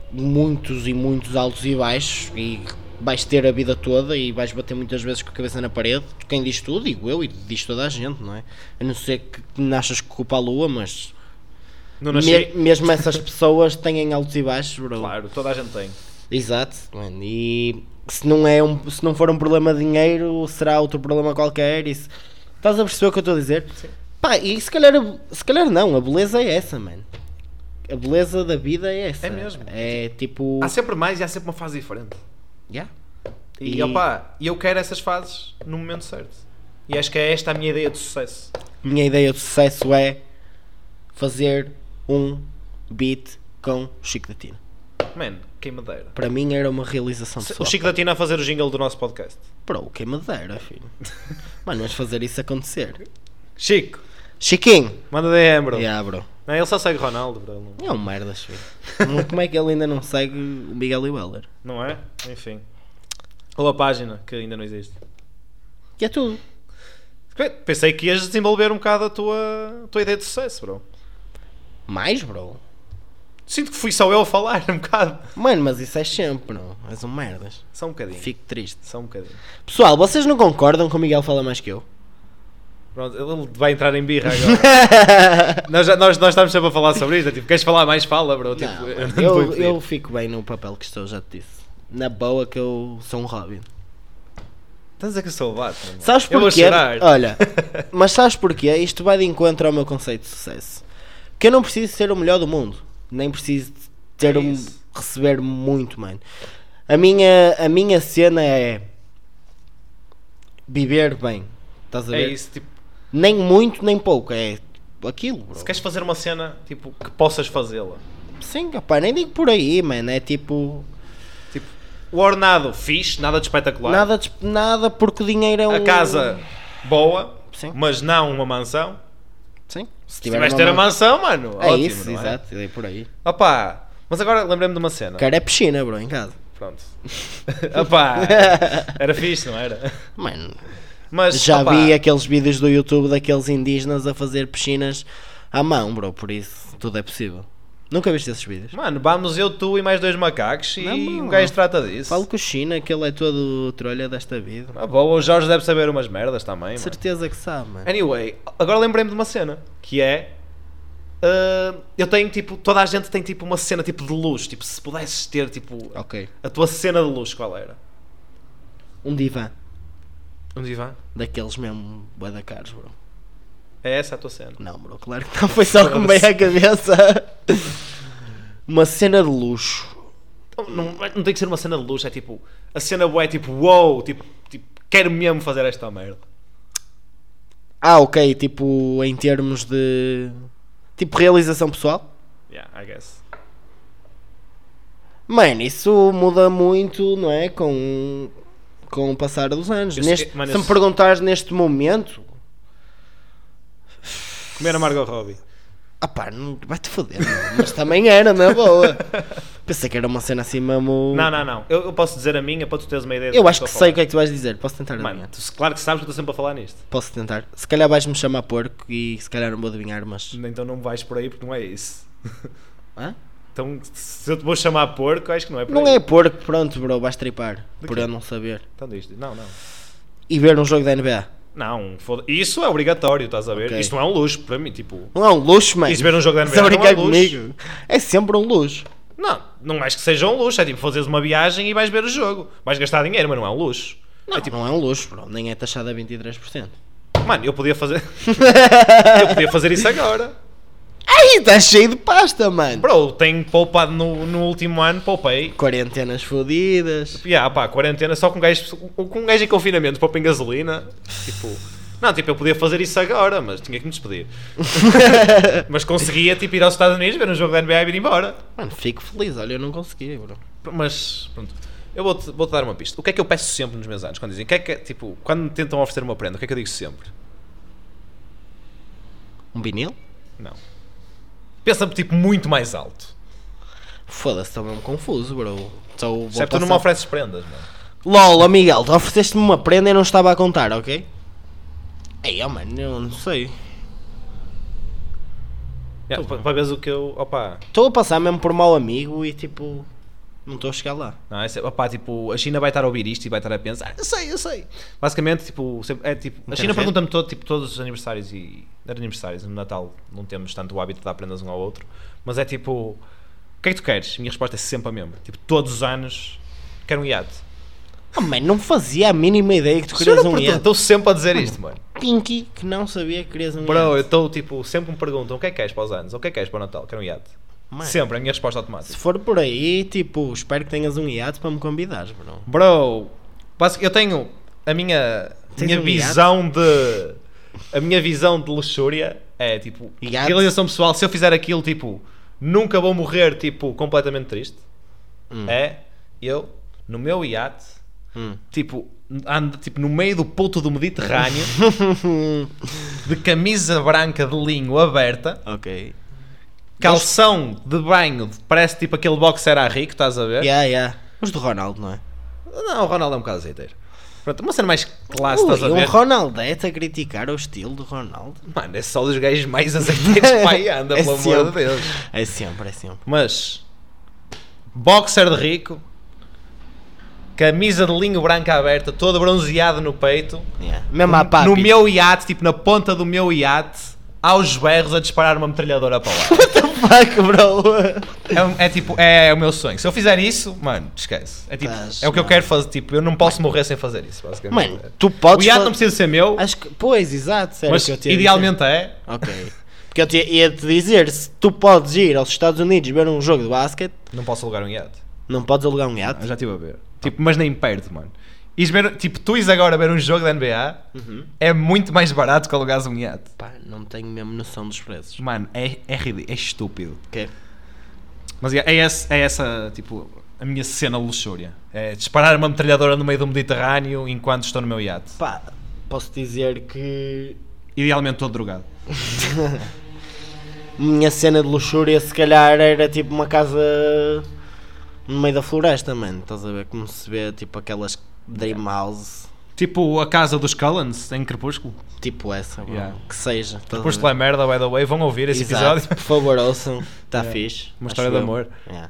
S2: muitos e muitos altos e baixos e vais ter a vida toda e vais bater muitas vezes com a cabeça na parede. Quem diz tudo, digo eu, e diz toda a gente, não é? A não ser que nasças com culpa à lua, mas
S1: Não
S2: me-
S1: nasci.
S2: mesmo essas pessoas têm altos e baixos, bro.
S1: Claro, toda a gente tem.
S2: Exato, mano, e se não, é um, se não for um problema de dinheiro, será outro problema qualquer. E se- estás a perceber o que eu estou a dizer? Pá, e se calhar, se calhar não, a beleza é essa, mano. A beleza da vida é essa.
S1: É mesmo.
S2: É tipo.
S1: Há sempre mais e há sempre uma fase diferente.
S2: Yeah.
S1: E,
S2: E-
S1: opá, eu quero essas fases no momento certo. E acho que é esta a minha ideia de sucesso.
S2: Minha ideia de sucesso é fazer um beat com o Chico da Tina.
S1: Mano, quem me dera.
S2: Para mim era uma realização
S1: O
S2: pessoal.
S1: Chico da Tina a fazer o jingle do nosso podcast.
S2: Bro, quem me dera, [LAUGHS] filho. Mano, mas fazer isso acontecer.
S1: Chico,
S2: Chiquinho!
S1: manda DM, bro.
S2: Yeah, bro.
S3: Não, ele só segue Ronaldo, bro. ele não-
S2: É um merda, cheio. Como é que ele ainda não segue o Miguel e Weller?
S3: Não é?
S1: Enfim. Ou a página, que ainda não existe.
S2: Que é tudo.
S1: Pensei que ias desenvolver um bocado a tua, a tua ideia de sucesso, bro.
S2: Mais, bro.
S1: Sinto que fui só eu a falar [LAUGHS] um bocado.
S2: Mano, mas isso é sempre, não. És um merdas.
S1: Só um bocadinho.
S2: Fico triste.
S1: Só um bocadinho.
S2: Pessoal, vocês não concordam que o Miguel fala mais que eu?
S1: Pronto, ele vai entrar em birra agora.
S2: [LAUGHS]
S1: nós, já- nós, nós estamos sempre a falar sobre isto. é Tipo, queres falar mais? Fala, bro. Tipo, eu
S2: Não,
S1: não
S2: mano,
S1: te vou
S2: eu,
S1: impedir.
S2: eu fico bem no papel que estou, já te disse. Na boa que eu sou um Robin.
S1: Estás a dizer que eu sou o Batman? mano?
S2: Sabes
S1: Eu vou
S2: porquê?
S1: chorar. [LAUGHS]
S2: Olha, mas sabes porquê? Isto vai de encontro ao meu conceito de sucesso. Que eu não preciso ser o melhor do mundo. Nem preciso ter
S1: É
S2: um,
S1: isso.
S2: receber muito, mano. A minha, a minha cena é viver bem. Estás a
S1: É
S2: ver?
S1: isso. Tipo,
S2: Nem muito, nem pouco. É aquilo, bro.
S1: se queres fazer uma cena, tipo, que possas fazê-la.
S2: Sim, rapaz, nem digo por aí, mano. É tipo.
S1: Tipo, o ornado fixe, nada de espetacular.
S2: Nada, de- nada porque o dinheiro é um.
S1: A casa boa,
S2: Sim.
S1: mas não uma mansão.
S2: Sim. Se
S1: Se tiveres
S2: uma
S1: ter a
S2: mão-
S1: mansão, mano.
S2: É
S1: ótimo,
S2: isso,
S1: não é?
S2: exato. É por aí.
S1: Opa, mas agora lembrei-me de uma cena.
S2: Cara, é piscina, bro, em casa.
S1: Pronto. [LAUGHS]
S2: [LAUGHS]
S1: Opa, era fixe, não era?
S2: Mano,
S1: Mas,
S2: já
S1: opa,
S2: vi aqueles vídeos do YouTube daqueles indígenas a fazer piscinas à mão, bro, por isso tudo é possível. Nunca viste esses vídeos?
S1: Mano, vamos eu, tu e mais dois macacos e
S2: Não,
S1: um
S2: não.
S1: gajo trata disso.
S2: Falo com o China, que ele é todo trolha desta vida.
S1: Ah, boa, o Jorge deve saber umas merdas também, mano.
S2: Certeza que sabe, mano.
S1: Anyway, agora lembrei-me de uma cena que é. ah, eu tenho tipo. Toda a gente tem tipo uma cena tipo de luz. Tipo, se pudesses ter tipo.
S2: Ok.
S1: A tua cena de luz, qual era?
S2: Um divã.
S1: Um divã?
S2: Daqueles mesmo bué da caros, bro.
S1: É essa a tua cena?
S2: Não, bro, claro que não. [LAUGHS] Foi só com meio a cabeça. Uma cena de luxo.
S1: Não, Então, não- não tem que ser uma cena de luxo, é tipo. A cena boa é tipo, wow, tipo, tipo, quero mesmo fazer esta merda.
S2: Ah, ok, tipo, em termos de... Tipo, realização pessoal?
S1: Yeah, I guess.
S2: Mano, isso muda muito, não é? Com, com o passar dos anos.
S1: Eu sei
S2: Neste-
S1: que- mano,
S2: se
S1: eu
S2: me
S1: sei-
S2: perguntares neste momento.
S1: Comer a Margot Robbie.
S2: Ah pá, não- vai-te foder, meu, mas também era, na
S1: [LAUGHS]
S2: boa. Pensei que era uma cena assim mesmo.
S1: Não, não, não. Eu, eu posso dizer a minha para tu teres uma ideia do
S2: Eu acho que
S1: estou a
S2: sei
S1: falar.
S2: o que é que tu vais dizer. Posso tentar
S1: Mano,
S2: adivinhar?
S1: tu, claro que sabes que eu estou sempre a falar nisto.
S2: Posso tentar. Se calhar vais-me chamar porco e se calhar não vou adivinhar, mas.
S1: Então não vais por aí porque não é isso. [LAUGHS]
S2: Hã?
S1: Então, se eu te vou chamar porco, acho que não é por
S2: Não
S1: aí.
S2: é porco, pronto, bro, vais tripar.
S1: De
S2: Por
S1: quê?
S2: eu não saber.
S1: Então diz, diz. não, não.
S2: E ver um jogo da NBA.
S1: Não, foda Isso é obrigatório, estás a ver?
S2: Ok.
S1: Isto não é um luxo para mim, tipo.
S2: Não é um luxo, mano.
S1: Isso ver um jogo da NBA
S2: Estás
S1: não é
S2: a brincar
S1: um luxo.
S2: comigo? É sempre um luxo.
S1: Não, não acho que seja um luxo. É tipo, fazeres uma viagem e vais ver o jogo. Vais gastar dinheiro, mas não é um luxo.
S2: Não, não é um luxo, bro. Nem é taxado a 23%.
S1: Mano, eu podia fazer. [LAUGHS] eu podia fazer isso agora.
S2: Ai, está cheio de pasta, mano.
S1: Bro, tenho poupado no, no último ano, poupei.
S2: Quarentenas fodidas.
S1: Yeah, pá, quarentena só com gajo, com um gajo em confinamento, poupa em gasolina. Tipo, não, tipo, eu podia fazer isso agora, mas tinha que me
S2: [LAUGHS]
S1: despedir. mas conseguia, tipo, ir aos Estados Unidos, ver um jogo da NBA e vir embora.
S2: Mano, fico feliz. Olha, eu não consegui, bro.
S1: Mas, pronto. Eu vou-te vou dar uma pista. O que é que eu peço sempre nos meus anos? Quando dizem, o que é que, é- tipo, quando me tentam oferecer uma prenda, o que é que eu digo sempre?
S2: Um vinil?
S1: Não. Pensa-me, tipo, muito mais alto.
S2: Foda-se, estou mesmo confuso, bro. Estou vou
S1: Certo, tu não me
S2: passar-
S1: ofereces prendas, mano.
S2: LOL, ó Miguel, tu ofereceste-me uma prenda e não estava a contar, ok? Ei, ó, mano, eu não sei.
S1: Yeah, pa- para veres o que eu. Opa.
S2: Estou a passar mesmo por mau amigo e tipo. Não estou a chegar lá.
S1: Não, esse, opá, tipo, a China vai estar a ouvir isto e vai estar a pensar, eu sei, eu sei. Basicamente, tipo, sempre- é tipo, a
S2: Internet.
S1: China pergunta-me todo, tipo, todos os aniversários e era aniversários, no Natal não temos tanto o hábito de dar prendas um ao outro, mas é tipo, o que é que tu queres? A minha resposta é sempre a mesma. Tipo, todos os anos quero um iate.
S2: Oh, mano, não fazia a mínima ideia que tu
S1: Juro
S2: querias um
S1: por tudo,
S2: iate.
S1: Estou sempre a dizer [LAUGHS] isto, mano.
S2: Pinky, que não sabia que querias um
S1: Bro, eu
S2: iate.
S1: estou tipo, sempre me perguntam o que é que queres para os anos, o que é que queres para o Natal, quero um iate.
S2: Mano.
S1: Sempre, a minha resposta é automática.
S2: Se for por aí, tipo, espero que tenhas um iate para me convidares, bro.
S1: Bro, basic- eu tenho a minha,
S2: Tens
S1: minha
S2: um
S1: visão de. A minha visão de luxúria é tipo.
S2: Iate?
S1: Realização pessoal, se eu fizer aquilo, tipo. Nunca vou morrer, tipo, completamente triste.
S2: Hum.
S1: É eu, no meu iate,
S2: Hum.
S1: tipo, ando tipo, no meio do puto do [LAUGHS] Mediterrâneo, de camisa branca de linho aberta,
S2: ok.
S1: Calção de banho, parece tipo aquele boxer à rico, estás a ver?
S2: Yeah, yeah. Mas do Ronaldo, não é?
S1: Não, o Ronaldo é um bocado azeiteiro. Pronto, uma cena mais classe, Ah, estás a
S2: Ui, um
S1: ver?
S2: Ronaldete a criticar o estilo do Ronaldo.
S1: Mano, é só dos gajos mais azeiteiros
S2: [LAUGHS]
S1: que pai anda,
S2: É
S1: pelo amor de
S2: sempre.
S1: Deus.
S2: É sempre, é sempre.
S1: Mas, boxer de rico, camisa de linho branca aberta, todo bronzeado no peito,
S2: Yeah. Mesmo à papi.
S1: no [LAUGHS] meu iate, tipo na ponta do meu iate, aos berros a disparar uma metralhadora para lá.
S2: Fuck, bro.
S1: É, um- é tipo, é, o meu sonho. Se eu fizer isso, mano, esquece. É tipo,
S2: Estás
S1: é o que eu
S2: mal.
S1: quero fazer. Tipo, eu não posso morrer sem fazer isso, basicamente.
S2: Mano, tu podes...
S1: o iate
S2: fa-
S1: não precisa ser meu,
S2: Acho que... Pois, exato. era
S1: mas
S2: o que eu te ia dizer.
S1: idealmente é.
S2: Ok. Porque eu te ia te dizer, se tu podes ir aos Estados Unidos ver um jogo de basquete,
S1: Não posso alugar um iate.
S2: não podes alugar um
S1: Ah,
S2: iate.
S1: já estive a ver. Tipo, mas nem perto, mano. Ires ver- tipo, tu ires agora ver um jogo da NBA é muito mais barato que alugares um iate.
S2: Pá, não tenho mesmo noção dos preços.
S1: Mano, é, é ridículo, é estúpido.
S2: Ok.
S1: Mas yeah, é, esse- é essa, tipo, a minha cena luxúria. É disparar uma metralhadora no meio do Mediterrâneo enquanto estou no meu iate.
S2: Pá, posso dizer que
S1: Idealmente todo drogado.
S2: minha cena de luxúria se calhar era tipo uma casa no meio da floresta, mano. Estás a ver como se vê tipo aquelas dream house,
S1: Tipo a casa dos Cullens em Crepúsculo.
S2: tipo essa, bro.
S1: Yeah.
S2: que seja. estás a ver?
S1: Crepúsculo é merda, by the way. Vão ouvir esse
S2: Exato.
S1: episódio. [LAUGHS]
S2: Por favor, ouçam, está fixe.
S1: Uma
S2: acho
S1: história de
S2: eu.
S1: amor. [LAUGHS]
S2: Yeah.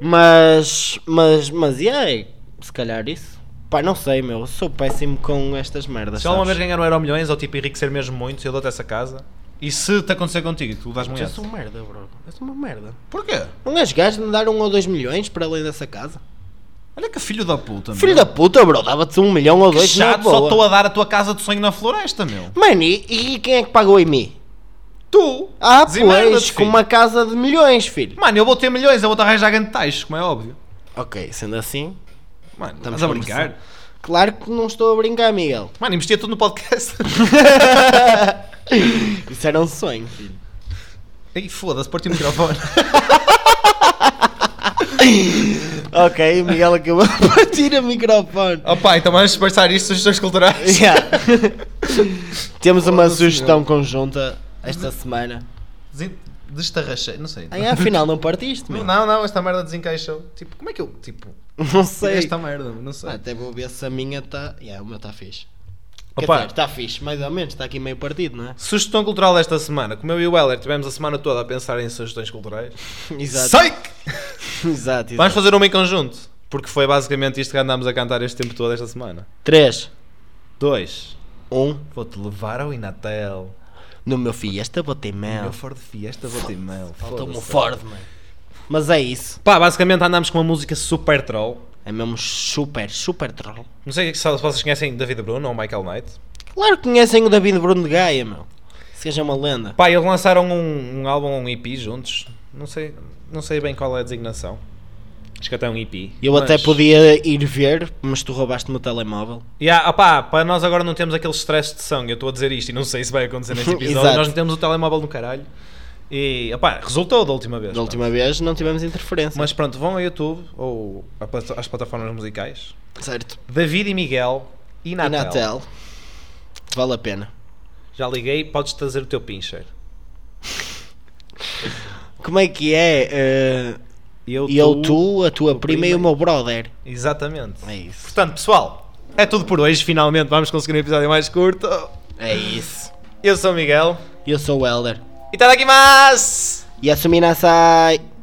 S2: mas, mas, mas, yeah, é, se calhar isso. Pá, não sei, meu, eu sou péssimo com estas merdas.
S1: Se alguma
S2: sabes?
S1: vez ganhar um Euro Milhões ou tipo enriquecer mesmo muito, eu dou-te essa casa. E se te acontecer contigo, tu dás-me um
S2: Eu
S1: iate.
S2: sou um merda, bro. Eu sou uma merda.
S1: um- Porquê?
S2: Não és gajo de me dar um ou dois milhões para além dessa casa?
S1: Olha que filho da puta, meu.
S2: Filho da puta, bro, dava-te um milhão ou
S1: que
S2: dois na
S1: chato, só
S2: boa.
S1: estou a dar a tua casa de sonho na floresta, meu.
S2: Mano, e, e quem é que pagou em mim?
S1: Tu?
S2: Ah,
S1: Desemmerda-te,
S2: pois,
S1: filho.
S2: com uma casa de milhões, filho.
S1: Mano, eu vou ter milhões, eu vou-te arranjar grande tais, como é óbvio.
S2: Ok, sendo assim,
S1: Mano,
S2: Estamos
S1: estás a
S2: a
S1: brincar?
S2: claro que não estou a brincar, Miguel.
S1: Mano, investia tudo no podcast. [LAUGHS]
S2: Isso era um sonho, filho.
S1: Ei, foda-se, parti o
S2: [LAUGHS]
S1: microfone.
S2: ok, o Miguel acabou de partir o microfone.
S1: Opa, então vamos dispersar isto, sugestões culturais.
S2: [LAUGHS] Yeah. Temos uma
S1: Foda-se,
S2: sugestão conjunta esta semana.
S1: Desen- Destarrachei, não sei.
S2: Ai, afinal não partiste, meu?
S1: Não, não, não, esta merda desencaixou. Tipo, como é que eu. Tipo,
S2: Não sei.
S1: esta merda, não sei.
S2: Ah, Até vou ver se a minha está. Yeah, o meu está fixe.
S1: Opa.
S2: Está fixe, mais ou menos, está aqui meio partido, não é?
S1: Sugestão cultural desta semana. Como eu e o Heller tivemos a semana toda a pensar em sugestões culturais.
S2: [LAUGHS] Exato.
S1: Psych!
S2: Exato,
S1: Vamos
S2: exato.
S1: fazer uma em conjunto. Porque foi basicamente isto que andámos a cantar este tempo todo esta semana.
S2: 3,
S1: Dois.
S2: 1.
S1: Vou-te levar ao Inatel.
S2: No meu filho, esta botei
S1: Meu
S2: mel.
S1: Ford Fiesta, vou-te e-mail.
S2: Faltou-me o
S1: É. Foda-se.
S2: Ford, mano. Mas é isso.
S1: Pá, basicamente andámos com uma música super troll.
S2: É mesmo super, super troll.
S1: Não sei se vocês conhecem David Bruno ou Michael Knight.
S2: Claro que conhecem o David Bruno de Gaia, meu. Seja uma lenda.
S1: Pá, eles lançaram um, um álbum, um EP juntos. Não sei, não sei bem qual é a designação. Acho que até é um EP.
S2: Eu
S1: mas-
S2: até podia ir ver, mas tu roubaste-me o telemóvel.
S1: Yeah, opá, para nós agora não temos aquele stress de sangue. Eu estou a dizer isto e não sei se vai acontecer
S2: [LAUGHS]
S1: neste episódio.
S2: Exato.
S1: nós não temos o telemóvel no caralho. E opá, resultou da última vez.
S2: Da
S1: pá.
S2: última vez não tivemos interferência.
S1: tá. Mas pronto, vão ao YouTube ou a plata- às plataformas musicais.
S2: certo.
S1: David e Miguel e
S2: E
S1: Natal.
S2: na tela. Vale a pena.
S1: Já liguei, podes trazer o teu pincher.
S2: Como é que é? eh,
S1: Eu,
S2: eu, tu, a tua prima e
S1: prima.
S2: o meu brother.
S1: Exatamente.
S2: É isso.
S1: Portanto, pessoal, é tudo por hoje. Finalmente vamos conseguir um episódio mais curto.
S2: É isso.
S1: Eu sou o Miguel
S2: Eu sou o Elder.
S1: e está aqui mais!
S2: E assumi na sai.